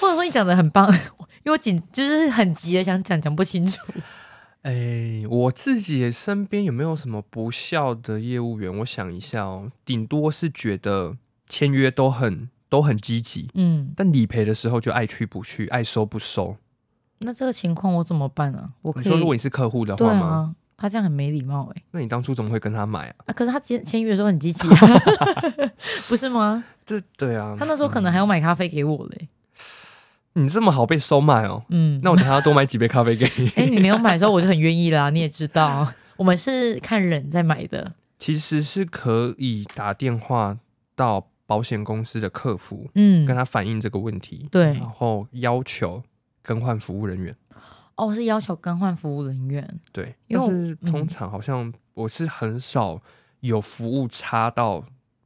或者说你讲的很棒， [laughs] 因为我紧就是很急的想讲讲不清楚。 [laughs]
哎，我自己身边有没有什么不孝的业务员？我想一下哦，顶多是觉得签约都很都很积极，
嗯，
但理赔的时候就爱去不去，爱收不收。
那这个情况我怎么办啊？我
你
可
说如果
以
你是客户的
对
话吗？
啊，他这样很没礼貌哎、
那你当初怎么会跟他买啊？
啊！可是他签签约的时候很积极、
[laughs]
啊，不是吗？
这对啊，嗯
他那时候可能还要买咖啡给我嘞、
你这么好被收买哦，
嗯，
那我等下多买几杯咖啡给你。 [laughs]
哎、你没有买的时候我就很愿意啦，你也知道， [laughs] 我们是看人在买的。
其实是可以打电话到保险公司的客服，
嗯，
跟他反映这个问题，
对
然后要求更换服务人员。
哦，是要求更换服务人员。
对，
因为
但
我
是
嗯
通常好像我是很少有服务差到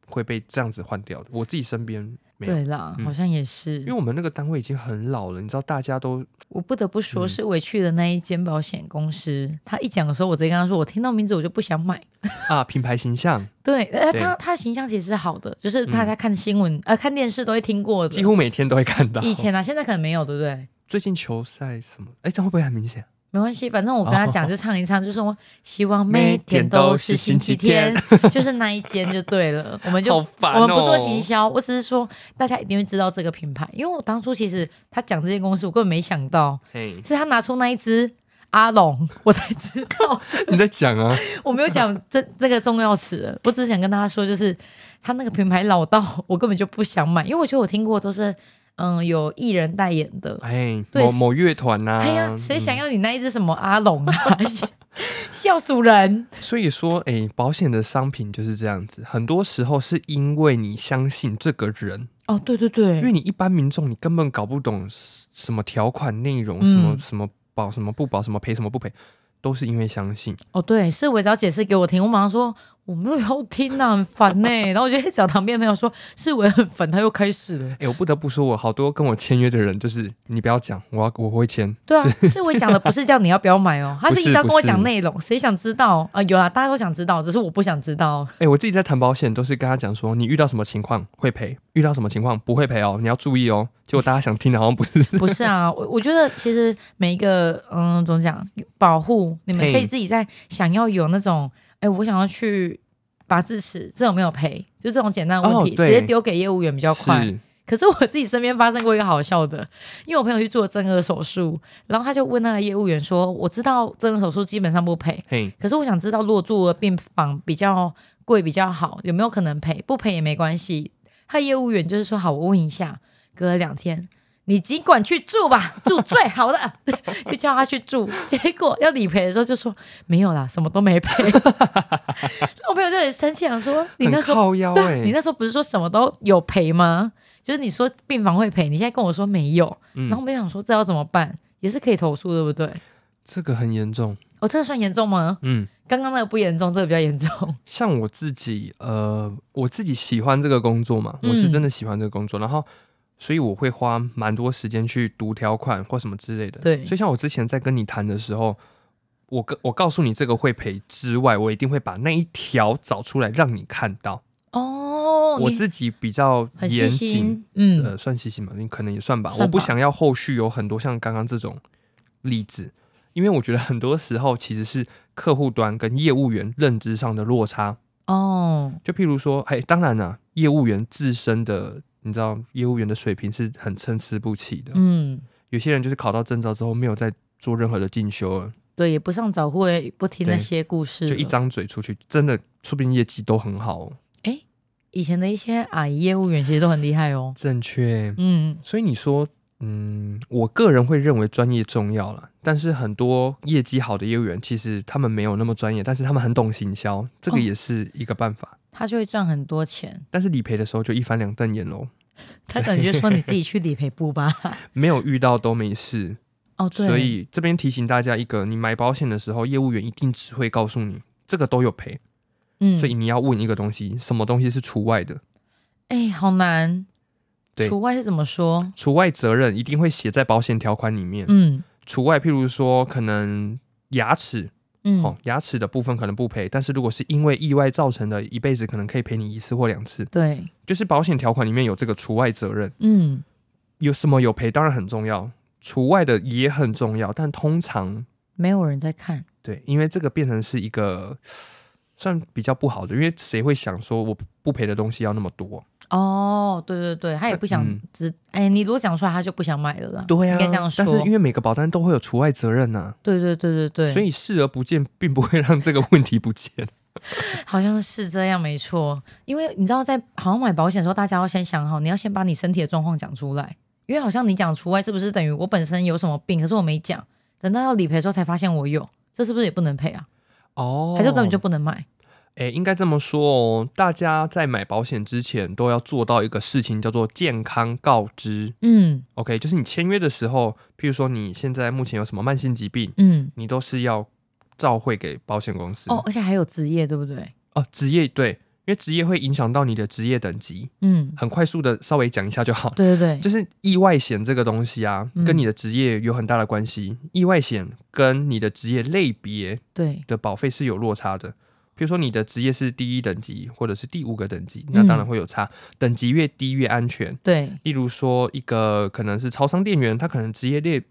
会被这样子换掉的。我自己身边没有，
对啦，
嗯
好像也是。
因为我们那个单位已经很老了，你知道，大家都
我不得不说，
嗯
是委屈的那一间保险公司，他一讲的时候，我直接跟他说，我听到名字我就不想买。
啊品牌形象
对，呃，
对嗯
他他的形象其实是好的，就是大家看新闻、呃看电视都会听过的。
几乎每天都会看到。
以前啊，现在可能没有，对不对？
最近球赛什么，哎，这样会不会很明显？
没关系，反正我跟他讲就唱一唱，就说希望每
哦每
天
天
都
都
是
是
星
星
期
期
天
天，
[laughs] 就是那一间就对了。我们就
好烦
我
哦！
们不做行销，我只是说大家一定会知道这个品牌，因为我当初其实他讲这些公司，我根本没想到
嘿，
是他拿出那一支阿龙，我才知道，
[laughs] 你在讲啊？
我没有讲这这个重要词了，我只是想跟大家说，就是他那个品牌老到我根本就不想买，因为我觉得我听过都是嗯有艺人代言的，
哎，
对
某某乐团呐，
哎呀，谁
嗯？
想要你那一只什么阿龙啊？ [laughs] 笑死人！
所以说，哎，保险的商品就是这样子，很多时候是因为你相信这个人，
哦，对对
因为
对，
你一般民众你根本搞不懂什么条款内容，什么
嗯
什么保什么不保，什么赔什么不赔，都是因为相信。
哦对，是我只要解释给我听，我马上说我没有要听啊，很烦呢、 [laughs] 然后我就去找旁边朋友说，是我很烦，他又开始了。
哎，我不得不说，我好多跟我签约的人，就是你不要讲，我要我会签，
对啊，是我讲的，不是叫你要不要买哦，他
不
是一直
是
要
不
跟我
是
讲内容，谁想知道啊、有啊，大家都想知道，只是我不想知道。
哎、我自己在谈保险都是跟他讲说，你遇到什么情况会赔，遇到什么情况不会赔哦，你要注意哦。结果大家想听的好像不是，
[laughs] 不是啊，我我觉得其实每一个嗯，怎么讲，保护你们可以
嘿
自己在想要有那种，哎，我想要去拔智齿，这种没有赔，就这种简单的问
哦
题，直
对
接丢给业务员比较快。
是
可是我自己身边发生过一个好笑的， [laughs] 因为我朋友去做正颌手术，然后他就问那个业务员说，我知道正颌手术基本上不赔，
嘿，
可是我想知道，如果住的病房比较贵比较好，有没有可能赔？不赔也没关系。他业务员就是说好，我问一下。隔了两天，你尽管去住吧， [laughs] 住最好的，就叫他去住。 [laughs] 结果要理赔的时候就说没有啦，什么都没赔。 [laughs] 那我朋友就很生气，想说你那
很
时候
靠腰
对
哎、
啊，你那时候不是说什么都有赔吗？就是你说病房会赔，你现在跟我说没有，然后
嗯，
我们想说这要怎么办？也是可以投诉，对不对？
这个很严重。
哦，这个算严重吗？
嗯，
刚刚那个不严重，这个比较严重。
像我自己，呃，我自己喜欢这个工作嘛，
嗯
我是真的喜欢这个工作，然后所以我会花蛮多时间去读条款或什么之类的。
对
所以像我之前在跟你谈的时候。我跟我告诉你这个会赔之外，我一定会把那一条找出来让你看到。
哦，
我
你
自己比较
很细
严谨，
心，嗯，
呃，算细心吧，你可能也算吧。
算吧
我不想要后续有很多像刚刚这种例子，因为我觉得很多时候其实是客户端跟业务员认知上的落差。
哦，
就譬如说，哎，当然啦、业务员自身的，你知道，业务员的水平是很参差不齐的。
嗯，
有些人就是考到证照之后，没有再做任何的进修了，
对，也不上早会，不听那
对
些故事了，
就一张嘴出去，真的说不定业绩都很好、哦。
以前的一些阿姨业务员其实都很厉害哦，
正确，
嗯，
所以你说，嗯，我个人会认为专业重要啦，但是很多业绩好的业务员，其实他们没有那么专业，但是他们很懂行销，这个
哦
也是一个办法。
他就会赚很多钱。
但是理赔的时候就一翻两瞪眼喽，
他可能就说你自己去理赔部
[laughs]
吧。
没有遇到都没事。
哦，对，
所以这边提醒大家一个，你买保险的时候，业务员一定只会告诉你这个都有赔，
嗯，
所以你要问一个东西，什么东西是除外的？
哎，好难。
对
除外是怎么说？
除外责任一定会写在保险条款里面。
嗯
除外，譬如说可能牙齿，
嗯，
哦，牙齿的部分可能不赔，但是如果是因为意外造成的，一辈子可能可以赔你一次或两次。
对，
就是保险条款里面有这个除外责任，
嗯，
有什么有赔当然很重要，除外的也很重要，但通常
没有人在看。
对，因为这个变成是一个算比较不好的，因为谁会想说我不赔的东西要那么多？
哦，对对对，他也不想
嗯
知，哎、你如果讲出来，他就不想买了啦。
对啊
应该这样说
但是因为每个保单都会有除外责任呐、
对对对对对，
所以视而不见并不会让这个问题不见。 [laughs]
好像是这样，没错。因为你知道在，好像买保险的时候，大家要先想好，你要先把你身体的状况讲出来，因为好像你讲除外，是不是等于我本身有什么病，可是我没讲，等到要理赔的时候才发现我有，这是不是也不能赔啊？
哦
还是根本就不能买？
诶，应该这么说哦，大家在买保险之前都要做到一个事情，叫做健康告知。
嗯
OK，就是你签约的时候，譬如说你现在目前有什么慢性疾病，
嗯，
你都是要照会给保险公司。
哦，而且还有职业，对不对？
哦，职业对，因为职业会影响到你的职业等级。
嗯，
很快速的稍微讲一下就好。
对对对，
就是意外险这个东西啊，
嗯
跟你的职业有很大的关系。意外险跟你的职业类别
对，
的保费是有落差的。比如说你的职业是第一等级或者是第五个等
嗯
级，那当然会有差。等级越低越安全。
对，
例如说一个可能是超商店员，他可能职业类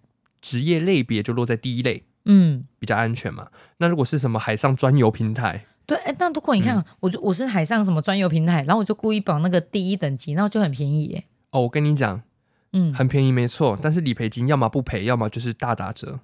职业类别就落在第一类，
嗯。
比较安全嘛。那如果是什么海上专游平台，
对，哎，那如果你看，
嗯
我就我是海上什么专有平台，然后我就故意保那个第一等级，然后就很便宜耶。
哦，我跟你讲，
嗯，
很便宜没错，但是理赔金要么不赔，要么就是大打折，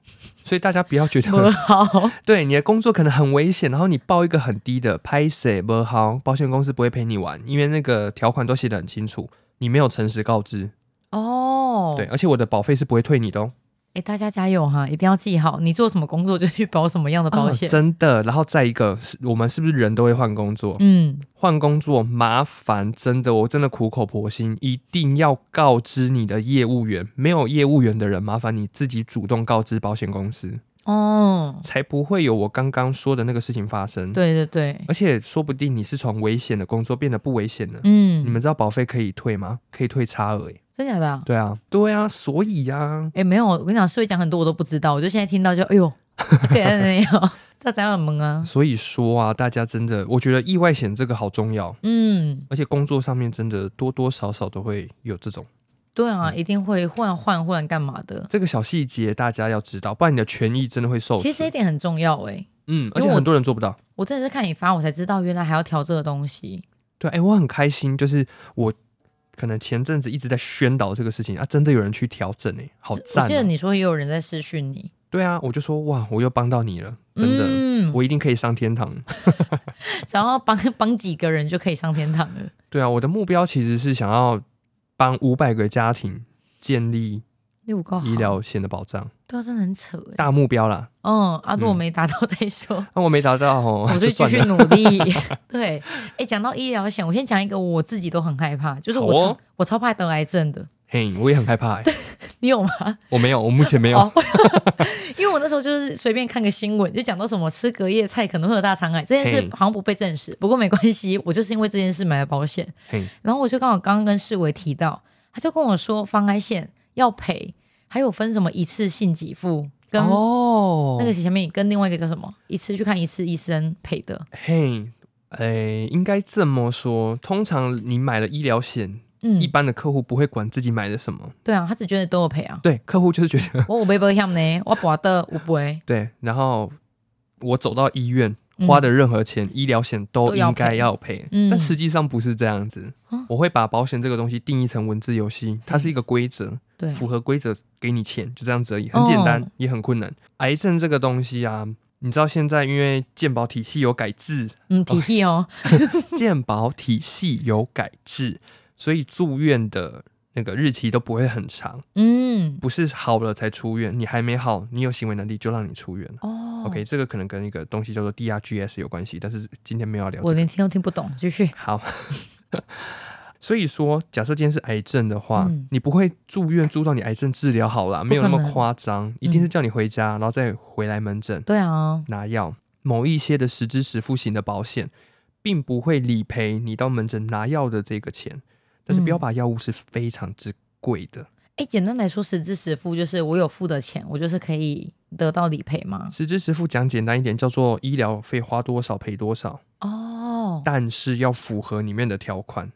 所以大家不要觉
不
得
好，
[laughs] 对你的工作可能很危险，然后你报一个很低的拍谁不好，保险公司不会赔你完，因为那个条款都写得很清楚，你没有诚实告知，
哦，
对，而且我的保费是不会退你的哦，
哎，大家加油哈，一定要记好，你做什么工作就去保什么样的保险。
啊真的。然后再一个，是我们是不是人都会换工作？
嗯，
换工作麻烦，真的，我真的苦口婆心，一定要告知你的业务员。没有业务员的人，麻烦你自己主动告知保险公司，
哦，
才不会有我刚刚说的那个事情发生。，
对对对，
而且说不定你是从危险的工作变得不危险了。
嗯，
你们知道保费可以退吗？可以退差额、欸。
真假的、啊？
对啊，对啊，所以啊，
哎，没有，我跟你讲，社会讲很多我都不知道，我就现在听到就
[laughs]
哎呦，对啊，没有，这怎样很萌啊？
所以说啊，大家真的，我觉得意外险这个好重要，
嗯，
而且工作上面真的多多少少都会有这种。
对啊，一定会换换换干嘛的？
这个小细节大家要知道，不然你的权益真的会受损。
其实这一点很重要哎、
嗯，而
因为
且
我
很多人做不到。
我真的是看你发我才知道，原来还要调这个东西。
对，哎、我很开心，就是我可能前阵子一直在宣导这个事情啊，真的有人去调整哎、好
我
赞
记得
哦、
你说也有人在私讯你，
对啊，我就说哇，我又帮到你了，真的，
嗯、
我一定可以上天堂。
只要帮 [laughs] 帮几个人就可以上天堂了。
对啊，我的目标其实是想要帮五百个家庭建立
六高
医疗险的保障，
对啊，真的很扯哎。
大目标啦。
嗯，啊，如果
嗯
没达到再说，
[laughs] 那、我没达到哦，
我
就
就继
算
续
了。
努力。
[laughs]
对，哎，讲到医疗险，我先讲一个我自己都很害怕，就是我
好
超、
哦
我超怕得癌症的。 [laughs]
嘿，我也很害怕、欸，
你有吗？
我没有，我目前没有。
哦因为我那时候就是随便看个新闻，就讲到什么吃隔夜菜可能会有大肠癌这件事
嘿，
好像不被证实。不过没关系，我就是因为这件事买了保险。
嘿，
然后我就刚好刚刚跟世维提到，他就跟我说防癌险要赔，还有分什么一次性给付跟
哦
那个前面跟另外一个叫什么一次去看一次医生赔的，
嘿，诶，应该这么说。通常你买了医疗险，一
嗯，
般的客户不会管自己买了什么，。
对啊，他只觉得都有赔啊
对，客户就是觉得
我我被保险呢，我保的我不会，
对。然后我走到医院花的任何钱，医疗险都
嗯都要
应该
赔
要赔，
嗯
但实际上不是这样子。
啊
我会把保险这个东西定义成文字游戏，它是一个规则，
对，
符合规则给你钱，就这样子而已，很简单，
哦
也很困难。癌症这个东西啊。你知道现在因为健保体系有改制，
嗯，体系哦，
健保体系有改制，所以住院的那个日期都不会很长，
嗯，
不是好了才出院，你还没好，你有行为能力就让你出院了。
哦
OK，这个可能跟一个东西叫做 DRGS 有关系，但是今天没有要聊、这
我
个。
连听都听不懂，继续，
好， [laughs] 所以说，假设今天是癌症的话，
嗯
你不会住院住到你癌症治疗好了，没有那么夸张，一
嗯
定是叫你回家，然后再回来门诊。
对啊，
拿药。某一些的实支实付型的保险，并不会理赔你到门诊拿药的这个钱，但是
嗯
标靶药物是非常之贵的。
哎，简单来说，实支实付就是我有付的钱，我就是可以得到理赔吗？
实支实付讲简单一点，叫做医疗费花多少赔多少，
哦，
但是要符合里面的条款，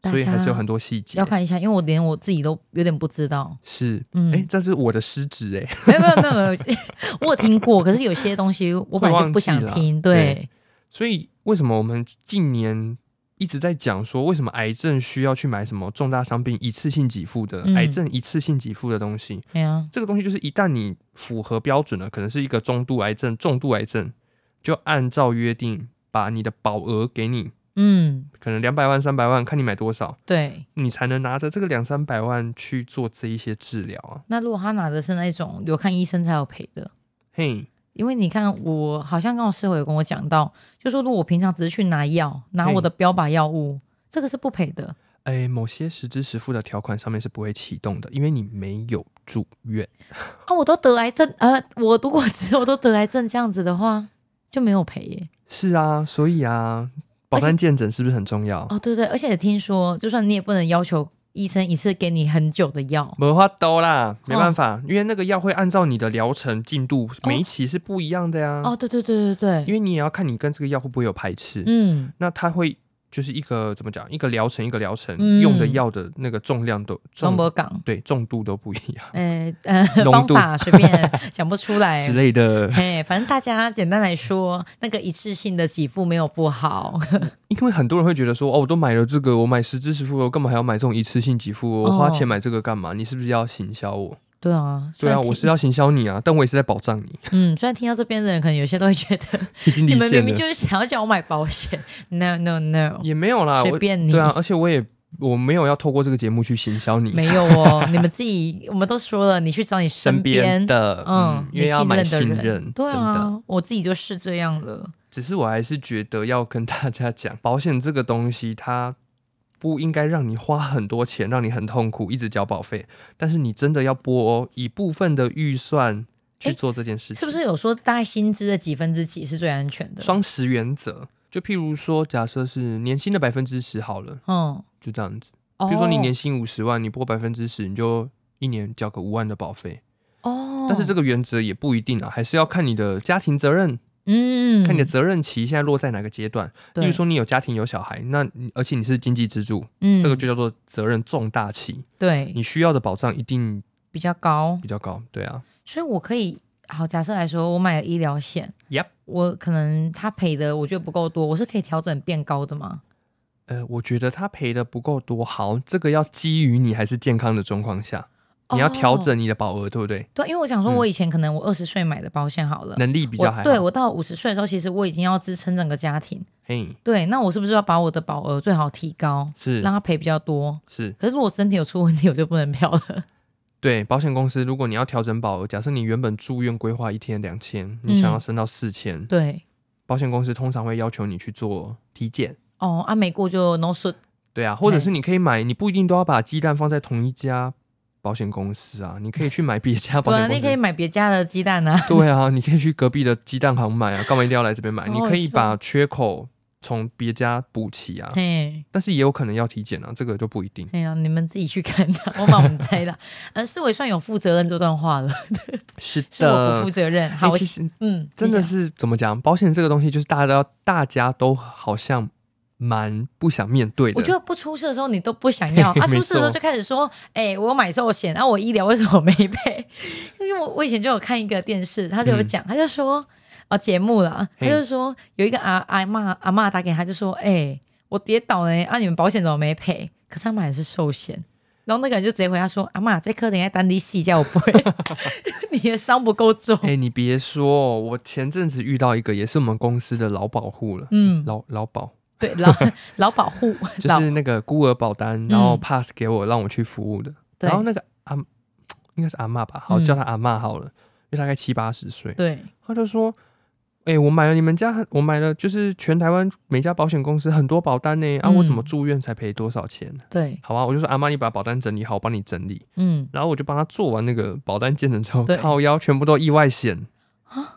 大
所以还是有
家
很多细节
要。看一下，因为我连我自己都有点不知道。
是，
嗯，
哎、这是我的失职哎、诶
没有没有没有没有，我有听过，可是有些东西我本来就不想
会忘记
听。 [laughs]
啦
对，
所以为什么我们近年一直在讲说，为什么癌症需要去买什么重大伤病一次性给付的、
嗯
癌症一次性给付的东西？
对啊，
这个东西就是一旦你符合标准了，可能是一个中度癌症、重度癌症，就按照约定把你的保额给你，
嗯，
可能两百万、三百万，看你买多少，
对。
你才能拿着这个两三百万去做这一些治疗啊。
那如果他拿的是那种有看医生才有赔的，
嘿，
因为你看我好像刚我室友有跟我讲到，就说如果我平常只是去拿药，拿我的标靶药物，这个是不赔的。
哎，某些实支实付的条款上面是不会启动的，因为你没有住院。
啊，我都得癌症，呃，我如果只有都得癌症这样子的话，就没有赔耶。
是啊，所以啊，保单见诊是不是很重要？
[laughs] 哦，对对，而且听说，就算你也不能要求医生一次给你很久的药，
没法兜啦，
哦
没办法，因为那个药会按照你的疗程进度，每一期是不一样的呀。
哦，对对对对
因
对，
为你也要看你跟这个药会不会有排斥。
嗯，
那它会就是一个怎么讲，一个疗程一个疗程、
嗯
用的药的那个重量都
中
重
博港，
对重度都不一样
哎呃，
浓
方
度
法随便想不出
[laughs]
来
之。类的，
哎，反正大家简单来说，那个一次性的给付没有不好， [laughs]
因为很多人会觉得说，哦，我都买了这个，我买十支十副，我干嘛还要买这种一次性给付？我花钱买这个干嘛？你是不是要行销我？
对啊，虽
对
然
啊，
听
我是要行销你啊，但我也是在保障你，
[laughs] 嗯，虽然听到这边的人可能有些都会觉得 [laughs]
已经
你
离
们明
线了
明，就是想要叫我买保险，no no no，
也没有啦，
随
我
便你，
对啊，而且我也我没有要透过这个节目去行销你，
没有哦， [laughs] 你们自己我们都说了，你去找你
身
边
边。的，
嗯
嗯，，因为要
你
买
信
信
任的人，
任，
对
真的。
啊，我自己就是这样了。
只是我还是觉得要跟大家讲， [laughs] 保险这个东西它。不应该让你花很多钱，让你很痛苦，一直交保费。但是你真的要拨一部分的预算去
诶
做这件事情，
是不是有说大概薪资的几分之几是最安全的？
双十原则？就譬如说，假设是年薪的百分之十好了，
嗯，
就这样子。
哦
譬如说你年薪五十万，你拨百分之十，你就一年交个五万的保费。
哦，
但是这个原则也不一定啊，还是要看你的家庭责任，
嗯，
看你的责任期现在落在哪个阶段。例
对，
如说你有家庭有小孩，那你而且你是经济支柱，
嗯，
这个就叫做责任重大期，
对
你需要的保障一定
比较高，
比较高。对啊，
所以我可以好假设来说，我买了医疗险
Yep
我可能他赔的我觉得不够多，我是可以调整变高的吗？
呃，我觉得他赔的不够多，好，这个要基于你还是健康的状况下，你要调
哦
整你的保额，对不对？
对，因为我想说，
嗯
我以前可能我二十岁买的保险好了，
能力比较还
呃我对
好，
我到五十岁的时候，其实我已经要支撑整个家庭。
嘿，
对，那我是不是要把我的保额最好提高，
是
让它赔比较多？
是，
可是如果身体有出问题，我就不能票了。
对，保险公司如果你要调整保额，假设你原本住院规划一天两千，你想要
嗯
升到四千、
对，
保险公司通常会要求你去做体检，
哦，啊，没过就 no suit。
对啊，或者
嘿
是你可以买，你不一定都要把鸡蛋放在同一家保险公司啊，你可以去买别家保
[laughs] 对啊，
险公
你可以
司。
买别家的鸡蛋啊。
对啊，你可以去隔壁的鸡蛋行买啊，干嘛一定要来这边买？
好
你
好
可以
笑
把缺口从别家补齐啊，
嘿，
但是也有可能要体检啊，这个就不一定。
哎呀，你们自己去看啊， [laughs] 我帮我们猜啦。呃，是我算有负责任这段话了，
是的，
是我不负责任。好，
欸
我
其实
嗯，
真的
你讲
是怎么讲？保险这个东西，就是大家都要大家都好像蛮不想面对的。
我觉得哦不出事的时候你都不想要， [laughs]
嘿
啊，
没
出事的时候
错
就开始说，哎、我有买寿险，啊，我医疗为什么没
[laughs]
赔？因为我我以前就有看一个电视，他就有讲，他就说，哦，节目啦，他
嗯嘿
就说有一个阿阿妈阿妈打给他，就说，哎、我跌倒了，啊，你们保险怎么没赔？可是他买的是寿险。然后那个人就直接回答说：“阿妈，这颗等一下单滴细叫我不
[laughs]
会， [laughs] 你的伤不够重。
哎、你别说哦，我前阵子遇到一个，也是我们公司的老保护了，
嗯，
老老保， [laughs]
对，老老保护，
就
老
是那个孤儿保单，然后
嗯
pass 给我，让我去服务的。
对
然后那个阿，应该是阿嬷吧，好
嗯
叫她阿嬷好了，因为大概七八十岁，
对，
她就说。哎、我买了你们家，我买了，就是全台湾每家保险公司很多保单呢、啊，我怎么
嗯
住院才赔多少钱？
对，
好啊，我就说阿妈，你把保单整理好，我帮你整理。
嗯，
然后我就帮他做完那个保单建成之后，
对
靠腰全部都意外险
啊，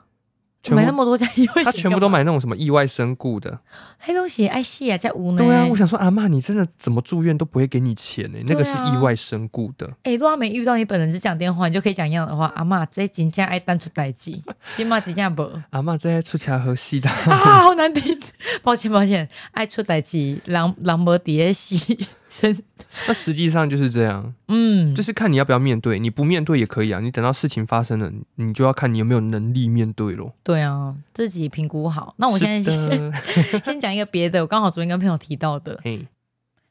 全
买那
部
么多家医会，
他全部都买那种什么意外身故的。
黑东西爱戏啊，在无呢。
对啊，我想说阿妈，你真的怎么住院都不会给你钱呢、那个
对
是
啊
意外身故的，
哎、如果他没遇到你本人只讲电话，你就可以讲一样的话。阿妈，这真正爱单出代
[laughs]
志，今嘛真正无
阿妈在出桥河西的。 [laughs]
啊，好难听。抱歉，抱歉，爱出代志，狼狼无底下戏，真
那实际上就是这样，
嗯，
就是看你要不要面对，你不面对也可以啊。你等到事情发生了，你就要看你有没有能力面对咯。
对啊，自己评估好。那我现在
是
先
的
[laughs] 先讲一个别的，我刚好昨天跟朋友提到的，
[laughs] 嘿，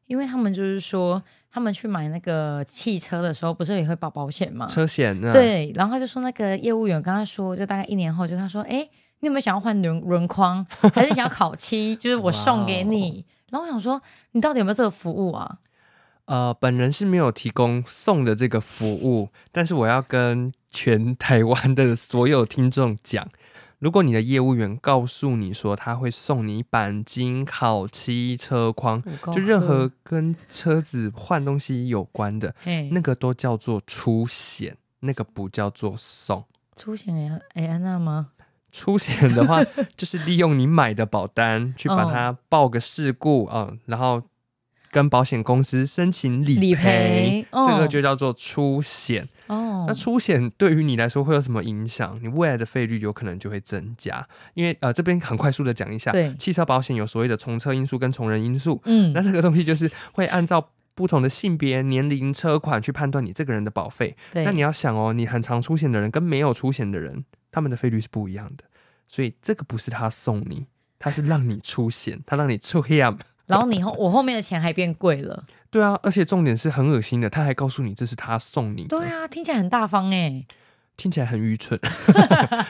因为他们就是说，他们去买那个汽车的时候，不是也会保保险吗？
车险啊那，
对，然后他就说那个业务员跟他说，就大概一年后就跟他说，哎、你有没有想要换轮轮框，还是你想要烤漆？就是我送
哦
给你。然后我想说，你到底有没有这个服务啊？
呃，本人是没有提供送的这个服务，但是我要跟全台湾的所有听众讲，如果你的业务员告诉你说他会送你钣金、烤漆、车框，就任何跟车子换东西有关的，
嘿，
那个都叫做出险，那个不叫做送。
出险哎哎安娜吗？
出险的
[laughs]
话，就是利用你买的保单去把
哦
它报个事故啊、哦然后跟保险公司申请理
理
赔，
赔，哦
这个就叫做出险。
哦
那，出险对于你来说会有什么影响？你未来的费率有可能就会增加，因为呃，这边很快速的讲一下，
对
汽车保险有所谓的从车因素跟从人因素，
嗯
那，这个东西就是会按照不同的性别、年龄、车款去判断你这个人的保费。
对，
那你要想哦，你很常出险的人跟没有出险的人，他们的费率是不一样的，所以这个不是他送你，他是让你出险，他让你出 him。
然后你后我后面的钱还变贵了，
对啊，而且重点是很恶心的，他还告诉你这是他送你的，
[laughs] 对啊，听起来很大方哎，
听起来很愚蠢。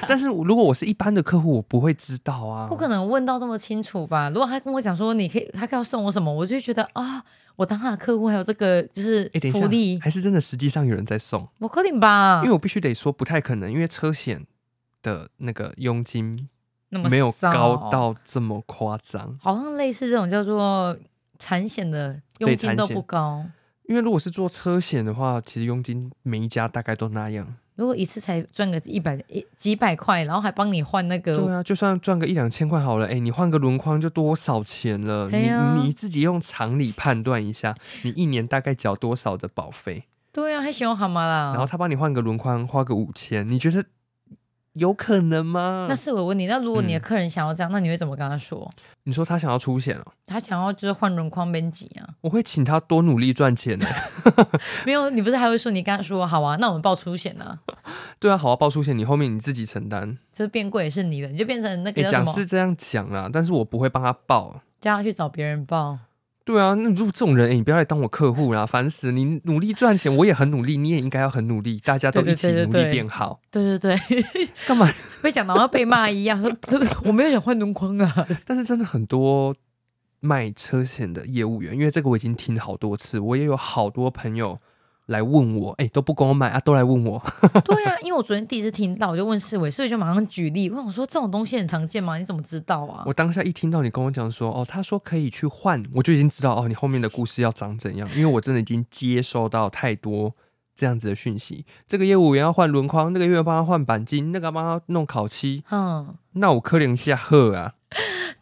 但是如果我是一般的客户，我不会知道啊。
不可能问到这么清楚吧？如果他跟我讲说你可以，他要送我什么，我就觉得啊，我当他的客户还有这个就是
哎、等
福
一
利啊
下，，还是真的实际上有人在送，
我可定吧
因为，我必须得说不太可能，因为车险的那个佣金
那么哦
没有
少
高，到这么夸张。
好像类似这种叫做产险的佣
对
金
产
都
险
不高，
因为如果是做车险的话，其实佣金每一家大概都那样。
如果一次才赚个一百一几百块，然后还帮你换那
对
个，
啊，就算赚个一两千块好了，哎，你换个轮框就多少钱了？
哎呀
你你自己用常理判断一下，你一年大概缴多少的保费？
对啊，还喜欢蛤蟆啦。
然后他帮你换个轮框，花个五千，你觉得有可能吗
那？是我问你，那如果你的
嗯
客人想要这样，那你会怎么跟他说？
你说他想要出险哦，
他想要就是换轮框编辑啊？
我会请他多努力赚钱的。 [laughs]
没有，你不是还会说你跟他说好啊，那我们报出险啊，
对啊，好好报出险，你后面你自己承担。
就是变贵也是你的，你就变成那个
哎，
叫什
讲
么
是，这样讲啦，但是我不会帮他报。
叫他去找别人报。
对啊，那如果这种人，欸你不要来当我客户啦，烦死！你努力赚钱，我也很努力，你也应该要很努力，大家都
对对
一起
对对
努
对
力变好。
对对对，
干嘛？
[laughs]
[laughs]
被讲到像被骂一样，说 [laughs] 对不起我没有想换轮框啊。
但是真的很多卖车险的业务员，因为这个我已经听好多次，我也有好多朋友来问我，哎、都不跟我买啊，都来问我。 [laughs]
对呀、啊，因为我昨天第一次听到，我就问世伟，世伟就马上举例，我想说这种东西很常见吗？你怎么知道啊
我？当下一听到你跟我讲说，哦，他说可以去换，我就已经知道哦，你后面的故事要长怎样，因为我真的已经接收到太多这样子的讯息。这个业务员要换轮框，那个业务员帮他换钣金，那个帮他弄烤漆，
嗯，
那我可能驾鹤啊。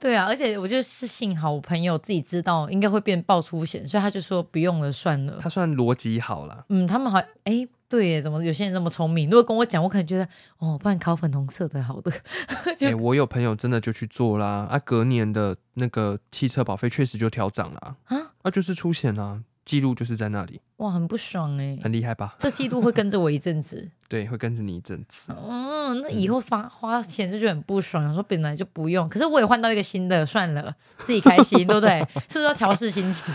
对啊，而且我就是幸好我朋友自己知道应该会变爆出险，所以他就说不用了，算了。
他算逻辑好了，
嗯，他们好，哎，对耶，怎么有些人这么聪明？如果跟我讲，我可能觉得哦，不然烤粉红色的好的， [laughs] 就
哎、我有朋友真的就去做啦，啊，隔年的那个汽车保费确实就调涨了
啊
啊，啊，就是出险啦，记录就是在那里，
哇，很不爽哎。
很厉害吧？
这季度会跟着我一阵子，
对，会跟着你一阵子。
嗯，那以后发花钱就觉得很不爽，想说本来就不用，可是我也换到一个新的，算了，自己开心，对不对？ [laughs] 是不是要调试心情？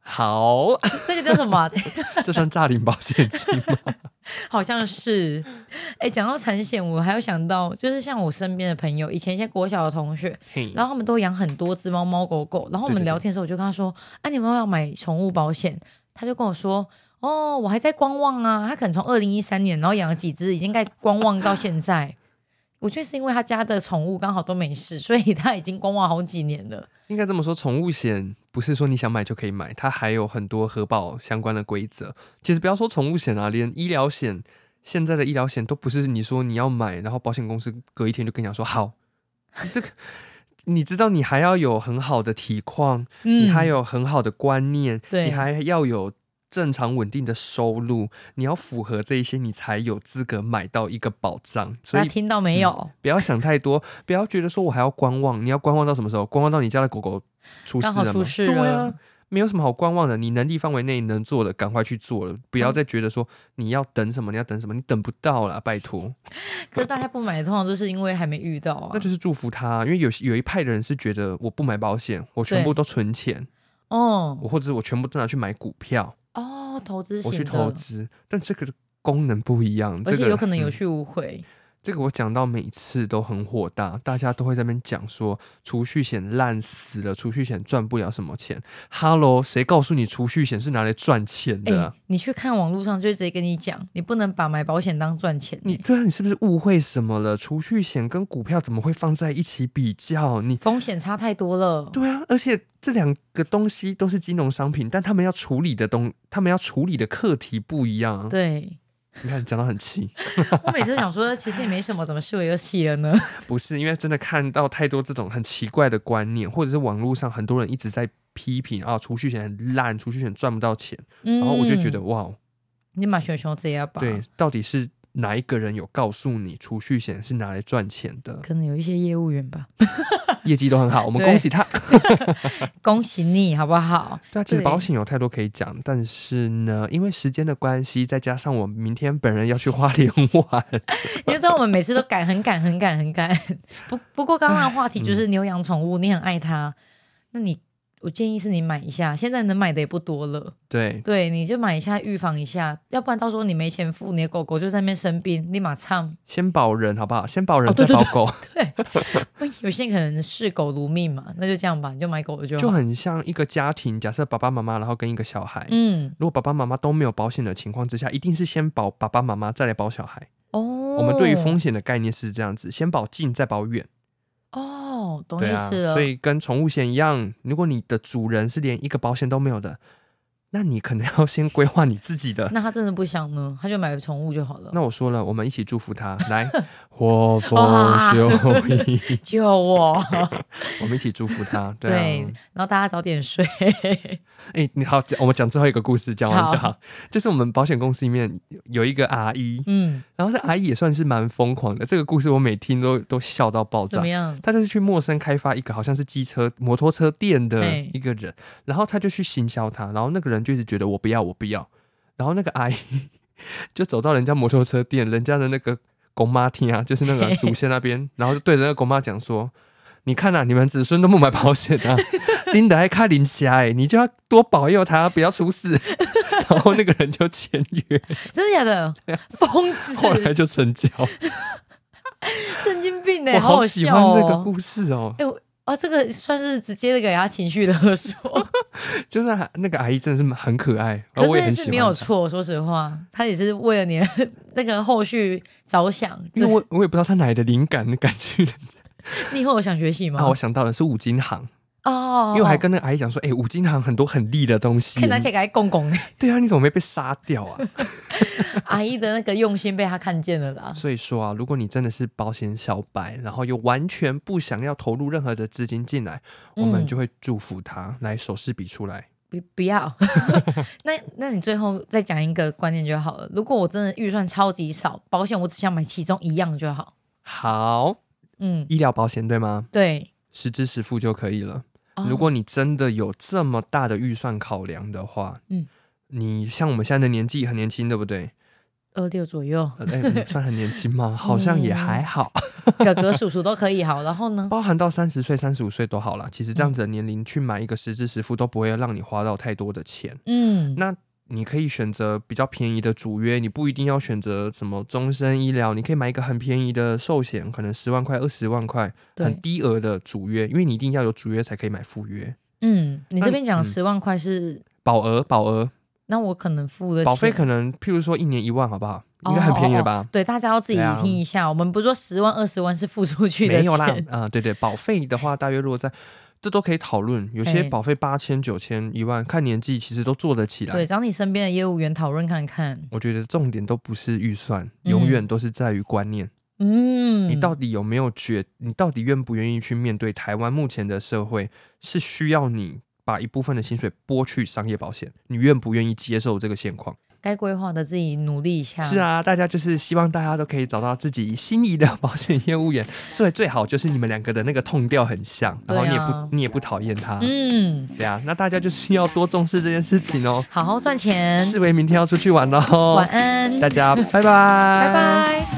好，
这个叫什么啊、
[laughs]
[laughs]
这算诈领保险金吗？
好像是。哎，讲到产险，我还有想到，就是像我身边的朋友，以前一些国小的同学，
嘿，
然后他们都养很多只猫猫狗狗，然后我
对
们
对对
聊天的时候，我就跟他说：“啊，你们要买宠物保险？”他就跟我说：“哦，我还在观望啊。”他可能从二零一三年，然后养了几只，已经在观望到现在。我觉得是因为他家的宠物刚好都没事，所以他已经观望好几年了。
应该这么说，宠物险不是说你想买就可以买，它还有很多核保相关的规则。其实不要说宠物险啊，连医疗险，现在的医疗险都不是你说你要买，然后保险公司隔一天就跟你讲说好，你这个你知道你还要有很好的体况，你
嗯，
还有很好的观念，
对
你还要有。正常稳定的收入，你要符合这一些，你才有资格买到一个保障。所
大家
以嗯
听到没有？
不要想太多，不要觉得说我还要观望，你要观望到什么时候？观望到你家的狗狗出事
刚
了
好
吗？
出事
对
了
啊，没有什么好观望的，你能力范围内能做的，赶快去做了，不
嗯
要再觉得说你要等什么，你要等什么，你等不到啦，拜托，
可是大家不买，通常都是因为还没遇到啊
那。就是祝福他，因为有有一派的人是觉得我不买保险，我全部
对
都存钱，
哦
我或者我全部都拿去买股票，
哦，投资
我
型
去
的，
投资，但这个功能不一样，
而
这
且
个
有可能有
嗯
去无回。
这个我讲到每次都很火大，大家都会在那边讲说储蓄险烂死了，储蓄险赚不了什么钱。Hello，谁告诉你储蓄险是拿来赚钱
哎、
的啊、
你去看网络上就直接跟你讲，你不能把买保险当赚钱、欸
你对啊，你是不是误会什么了？储蓄险跟股票怎么会放在一起比较？你
风险差太多了。
对啊，而且这两个东西都是金融商品，但他们要处理的东，他们要处理的课题不一样啊。
对，
你看讲到很气，
我每次都想说，其实也没什么，怎么是我又洗了呢？
不是因为真的看到太多这种很奇怪的观念，或者是网络上很多人一直在批评啊，储蓄险很烂，储蓄险赚不到钱，
嗯
然后我就觉得哇，
你买熊熊这要吧，
对，，到底是哪一个人有告诉你储蓄险是拿来赚钱的？
可能有一些业务员吧。
业绩都很好，我们
对
恭喜他。 [laughs]
恭喜你好不好？
对啊，其实
对
保险有太多可以讲，但是呢，因为时间的关系，再加上我明天本人要去花莲玩，
你就知道我们每次都赶，很赶，很赶，很赶。不不过刚刚的话题就是
嗯
你有养宠物，你很爱它，那你我建议是你买一下，现在能买的也不多了。
对，
对，你就买一下预防一下，要不然到时候你没钱付，你的狗狗就在那边生病，立马唱。
先保人好不好？先保人
哦
再
对对
保狗，
有些人可能视狗如命嘛，那就这样吧，你就买狗就
就
好。
很像一个家庭，假设爸爸妈妈，然后跟一个小孩。
啊嗯，
如果爸爸妈妈都没有保险的情况之下，一定是先保爸爸妈妈，再来保小孩。
哦，
我们对于风险的概念是这样子，先保近，再保远。
哦，懂
对
意
啊
思了。，
所以跟宠物险一样，如果你的主人是连一个保险都没有的，那你可能要先规划你自己的。
[laughs] [laughs] 那他真的不想呢，他就买宠物就好
[laughs]
了。
那我说了，我们一起祝福他，
[laughs]
来，火风修一，
救我！
啊我们一起祝福他。对
对
啊，，
然后大家早点睡。 [laughs]
哎、你好，讲我们讲最后一个故事，讲完就好。
好
就是我们保险公司里面有一个阿姨，
嗯，
然后这阿姨也算是蛮疯狂的。这个故事我每听都都笑到爆
怎
炸
么。样？
他就是去陌生开发一个好像是机车、摩托车店的
嘿
一个人，然后他就去行销他，然后那个人就一直觉得我不要，我不要，然后那个阿姨 [laughs] 就走到人家摩托车店，人家的那个公妈厅啊，就是那个祖先那边，然后就对着那个公妈讲说：“你看呐、你们子孙都不买保险啊，拎得还看林霞哎，你就要多保佑他，不要出事。” [laughs] 然后那个人就签约，
真的假
[laughs]
的？疯
后
子，
来就成交。
神经病呢、
我
好
好
好
喜
笑
欢这个
哦！
故事哦。
啊，这个算是直接的给他情绪勒
[laughs]
索，
就是还那个阿姨真的是很可爱，而我也
可
很喜
是是
欢
没有
她，
错。说实话，他也是为了你的那个后续着想。
因为我我也不知道她哪来的灵感的感觉
你以后有想学习吗？
啊，我想到了是五金行，
哦哦，
因为我还跟那个阿姨讲说，哎、五金行很多很利的东西
可以，拿起来给他公公。
对啊，你怎么没被杀掉啊？
[laughs]
[laughs]
阿姨的那个用心被他看见了啦。
所以说啊，如果你真的是保险小白，然后又完全不想要投入任何的资金进来，我们
嗯
就会祝福他，来手势比出来。
不不要。 [laughs] 那那你最后再讲一个观念就好了。如果我真的预算超级少，保险我只想买其中一样就好。
好，
嗯，
医疗保险对吗？
对。
实支实付就可以了。
哦
如果你真的有这么大的预算考量的话，
嗯，
你像我们现在的年纪很年轻，对不对？，
二六左右
呃哎、你算很年轻
[laughs]
吗？好像也还好，
哥哥叔叔都可以好。然后
[laughs]
呢？
包含到三十岁、三十五岁都好了。其实
嗯
这样子的年龄去买一个实支实付都不会让你花到太多的钱。
嗯，
那你可以选择比较便宜的主约，你不一定要选择什么终身医疗，你可以买一个很便宜的寿险，可能十万块、二十万块，很
对，
低额的主约，因为你一定要有主约才可以买副约，
嗯，你这边
那
讲
嗯
十万块是，
保额保额
那我可能付的
保费可能譬如说一年一万，好不好？
哦
应该很便宜了吧？
对，大家要自己
对啊
听一下。我们不是说十万、二十万是付出去的
没有啦， [laughs] 啊
钱、
对对，保费的话大约落在。这都可以讨论，有些
哎
保费八千、九千、一万，看年纪其实都做得起
[laughs] 对，
来。
找你身边的业务员讨论看看。
我觉得重点都不是预算，
嗯
永远都是在于观念。
嗯，
你到底有没有觉？你到底愿不愿意去面对台湾目前的社会是需要你把一部分的薪水拨去商业保险？你愿不愿意接受这个现况？
该规划的自己努力一下。
是啊，大家就是希望大家都可以找到自己心仪的保险业务员， [laughs] 最最好就是你们两个的那个痛调很像，然后你也不、
对啊
你也不讨厌他，
嗯，
对啊，那大家就是要多重视这件事情哦。
好好赚钱，
视为明天要出去玩喽
嗯
哦
晚，安，
大家拜拜，拜
拜拜。